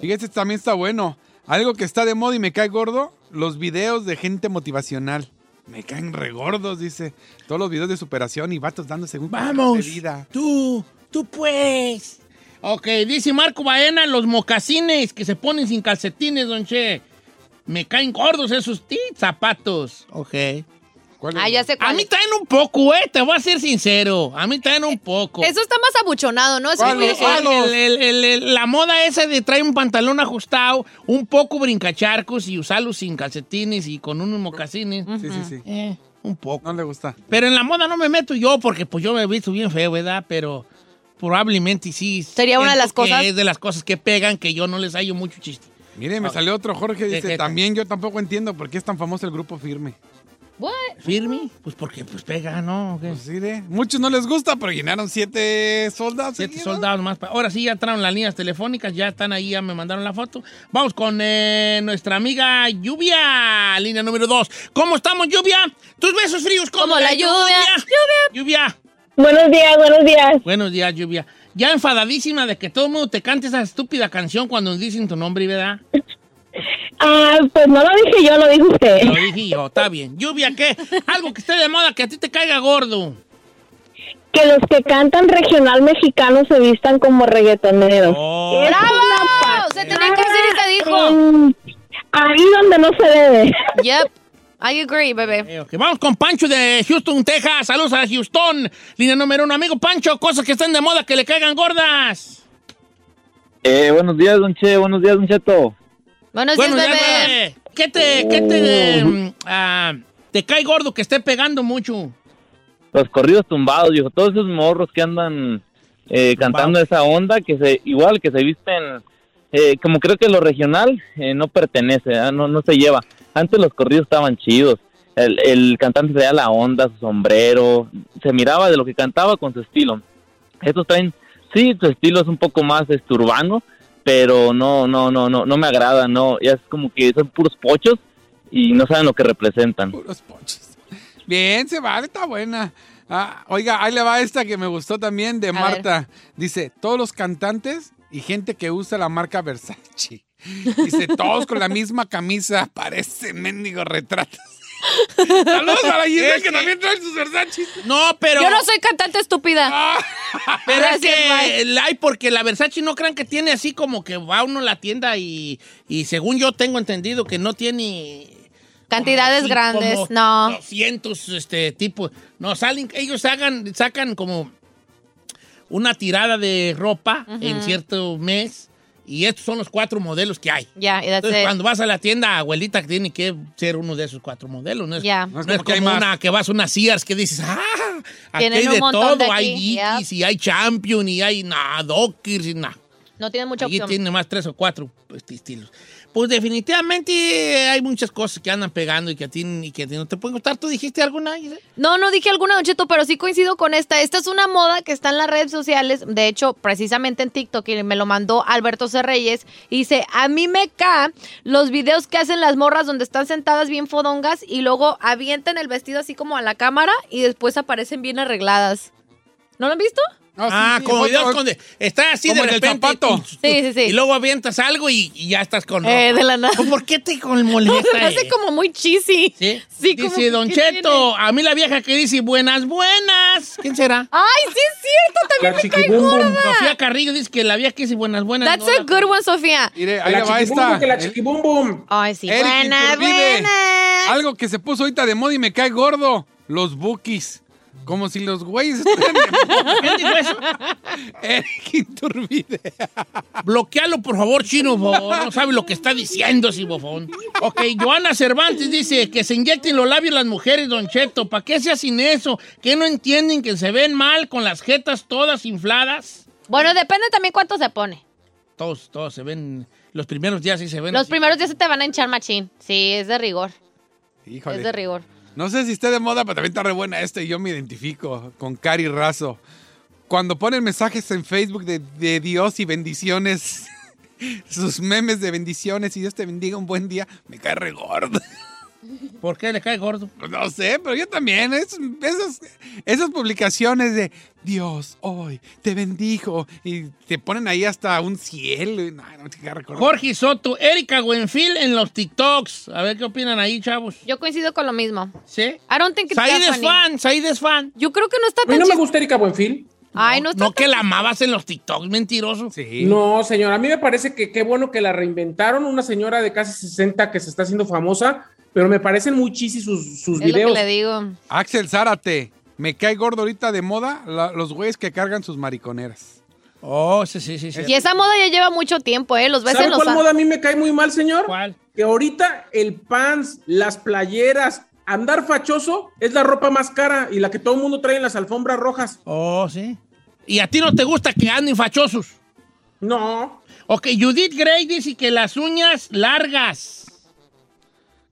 Fíjate, este también está bueno. Algo que está de moda y me cae gordo, los videos de gente motivacional. Me caen regordos, dice. Todos los videos de superación y vatos dándose un Vamos, de vida. Tú, tú pues. Ok, dice Marco Baena, los mocasines que se ponen sin calcetines, don Che. Me caen gordos esos ti, zapatos. Ok. Ah, ya sé A cuál. mí traen un poco, eh, te voy a ser sincero. A mí traen un poco. Eso está más abuchonado, ¿no? Eso es muy- El- el- el- el- el- la moda esa de traer un pantalón ajustado, un poco brincacharcos y usarlo sin calcetines y con unos mocasines. Sí, sí, sí. Eh, un poco. No le gusta. Pero en la moda no me meto yo porque pues yo me he visto bien feo, ¿verdad? Pero probablemente sí. Sería una siento de las cosas. que Es de las cosas que pegan que yo no les hallo mucho chiste. Ah. Mire, me A ver. salió otro Jorge, ¿Qué, qué dice, tal? también yo tampoco entiendo por qué es tan famoso el grupo firme. ¿Firme? Pues porque pues pega, ¿no? ¿O qué? Sí, de- Muchos no les gusta, pero llenaron siete soldados. Siete soldados más. pa- Ahora sí, ya traen las líneas telefónicas, ya están ahí, ya me mandaron la foto. Vamos con eh, nuestra amiga Lluvia, línea número dos. ¿Cómo estamos, Lluvia? Tus besos fríos como, Como la lluvia. Lluvia. Lluvia. Buenos días, buenos días. Buenos días, Lluvia. Ya enfadadísima de que todo el mundo te cante esa estúpida canción cuando dicen tu nombre, ¿verdad? Ah, pues no lo dije yo, lo dijo usted. Lo dije yo, está bien. Lluvia, ¿qué? Algo que esté de moda, que a ti te caiga gordo. Que los que cantan regional mexicano se vistan como reggaetoneros. Oh. ¡Bravo! Se tenía que hacer esta dijo. Mm, Ahí donde no se debe. Yep. I agree, bebé. Ok, vamos con Pancho de Houston, Texas. Saludos a Houston. Línea número uno, amigo Pancho. Cosas que están de moda que le caigan gordas. Eh, buenos días, don Che, buenos días, don Cheto. Buenos Bueno, días, ya, bebé. eh, ¿Qué te, qué te, em, ah, te cae gordo que esté pegando mucho? Los corridos tumbados, dijo, todos esos morros que andan eh, cantando esa onda, que se igual que se visten, eh, como creo que lo regional eh, no pertenece, ¿verdad? no no se lleva. Antes los corridos estaban chidos, el, el cantante traía la onda, su sombrero, se miraba de lo que cantaba con su estilo. Estos traen, sí, su estilo es un poco más este, urbano, pero no, no, no, no, no me agrada, no, ya es como que son puros pochos y no saben lo que representan. Puros pochos. Bien, se vale, está buena. Ah, oiga, ahí le va esta que me gustó también de Marta. Dice, todos los cantantes y gente que usa la marca Versace. Dice, todos con la misma camisa, parecen mendigos retratos. Saludos a la Giselle que también trae sus Versace. No, pero... Yo no soy cantante estúpida. Pero es Gracias, que la hay porque la Versace no crean que tiene así como que va uno a la tienda y, y según yo tengo entendido que no tiene... Cantidades así grandes, como no. 200 este tipo, no salen, ellos hagan sacan como una tirada de ropa Ujú. en cierto mes y estos son los cuatro modelos que hay. Ya, y that's Entonces, it. cuando vas a la tienda, abuelita, tiene que ser uno de esos cuatro modelos. No es, Ya. no es No es como, como que hay más. una que vas a una Sears que dices, ¡ah! Aquí Tienen hay un de montón todo. de aquí, hay Yeezys y hay Champion y hay nada, Dockers y nada. No tiene mucha Allí opción. tiene más tres o cuatro pues, estilos. Pues definitivamente eh, hay muchas cosas que andan pegando y que a ti, y que a ti no te pueden gustar. ¿Tú dijiste alguna? Giselle? No, no dije alguna, Don Cheto, pero sí coincido con esta. Esta es una moda que está en las redes sociales. De hecho, precisamente en TikTok, y me lo mandó Alberto C. Reyes. Y dice: A mí me caen los videos que hacen las morras donde están sentadas bien fodongas y luego avientan el vestido así como a la cámara y después aparecen bien arregladas. ¿No lo han visto? ah, como videos donde estás así como de en el repente. zapato. Sí, sí, sí. Y luego avientas algo y, y ya estás con ropa. Eh, de la nada. ¿Por qué te con- molesta? Me hace eh? como muy cheesy. ¿Sí? Sí, como Dice que Don ¿qué Cheto, tiene? a mí la vieja que dice buenas, buenas. ¿Quién será? Ay, sí es cierto, también me cae gorda. Sofía Carrillo dice que la vieja que dice buenas, buenas. That's a good one, Sofía. ahí le va esta. Ay, sí. Eric Buena, Iturbide. buena. Algo que se puso ahorita de moda y me cae gordo. Los bookies. Como si los güeyes estuvieran ¿Quién dijo eso? Eric Iturbide. Bloquealo, por favor, chino, por favor. no sabe lo que está diciendo, ese bofón. Ok, Joana Cervantes dice que se inyecten los labios las mujeres, Don Cheto. ¿Para qué se hacen eso? ¿Qué no entienden que se ven mal con las jetas todas infladas? Bueno, depende también cuánto se pone. Todos, todos se ven, los primeros días sí se ven. Los así. primeros días se te van a hinchar machín. Sí, es de rigor. Híjole. Es de rigor. No sé si esté de moda, pero también está re buena esta y yo me identifico con Cari Razo. Cuando ponen mensajes en Facebook de, de Dios y bendiciones, sus memes de bendiciones y Dios te bendiga un buen día, me cae re gordo. Pues ¿Por qué le cae gordo? No sé, pero yo también. Es- esas, esas publicaciones de Dios hoy te bendijo y te ponen ahí hasta un cielo. y no, no te cae re gordo. Jorge Soto, Erika Buenfil en los TikToks. A ver qué opinan ahí, chavos. Yo coincido con lo mismo. ¿Sí? I don't think it's Said that es funny. fan, Said es fan. Yo creo que no está A mí tan no me chis- gusta Erika Buenfil. Ay, no está No que la amabas en los TikToks, mentiroso. Sí. No, señor, a mí me parece que qué bueno que la reinventaron, una señora de casi 60 que se está haciendo famosa, pero me parecen muy chisis sus, sus Es lo que videos. le digo. Axel Zárate, me cae gordo ahorita de moda la- los güeyes que cargan sus mariconeras. Oh, sí, sí, sí. Y esa moda ya lleva mucho tiempo, ¿eh? Los ves ¿Sabe en los... cuál moda a mí me cae muy mal, señor? ¿Cuál? Que ahorita el pants, las playeras, andar fachoso es la ropa más cara y la que todo el mundo trae en las alfombras rojas. Oh, sí. ¿Y a ti no te gusta que anden fachosos? No. Ok, Judith Gray dice que las uñas largas.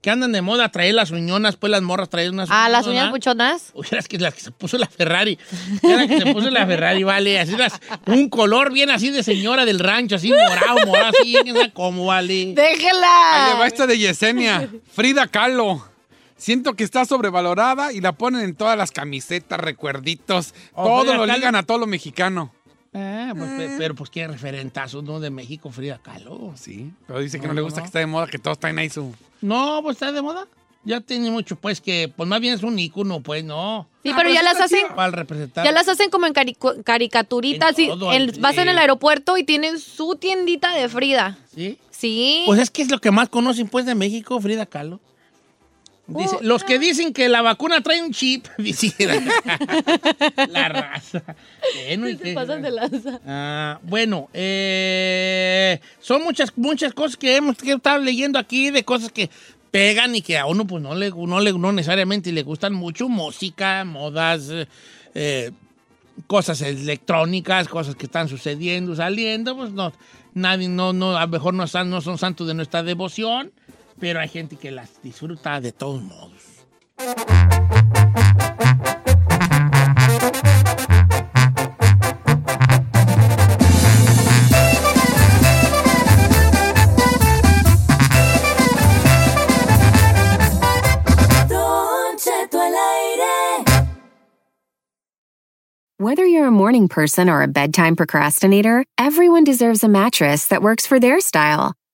Que andan de moda traer las uñonas, pues las morras traer unas Ah, uñonas. las uñas buchonas. Uy, las que, las que se puso la Ferrari. Las que se puso la Ferrari, vale. Así las, un color bien así de señora del rancho, así morado, morado, así, quién sabe cómo, vale. Ahí le va ¡Déjela! esta de Yesenia, Frida Kahlo. Siento que está sobrevalorada y la ponen en todas las camisetas, recuerditos. Oh, todo Frida lo Kahlo. ligan a todo lo mexicano. Ah, pues, pe- pero pues qué referentazos, ¿no? De México, Frida Kahlo. Sí. Pero dice que No, no, le gusta no. que está de moda, que todos traen ahí su... No, pues está de moda. Ya tiene mucho, pues que, pues más bien es un ícono, pues no. Sí, pero ya las hacen... Para representar. Ya las hacen como en carico- caricaturitas. En y todo, el- sí. vas en el aeropuerto y tienen su tiendita de Frida. Sí. Sí. Pues es que es lo que más conocen, pues, de México, Frida Kahlo. Dice, los que dicen que la vacuna trae un chip, dicen la raza. Bueno, ¿y qué? Pasan de lanza. Ah, bueno, eh, son muchas, muchas cosas que hemos que estado leyendo aquí, de cosas que pegan y que a uno pues no le, no le no necesariamente le gustan mucho, música, modas, eh, eh, cosas electrónicas, cosas que están sucediendo, saliendo, pues no, nadie, no, no, a lo mejor no, están- no son santos de nuestra devoción, pero hay gente que las disfruta de todos modos. Don Cheto al aire. Whether you're a morning person or a bedtime procrastinator, everyone deserves a mattress that works for their style.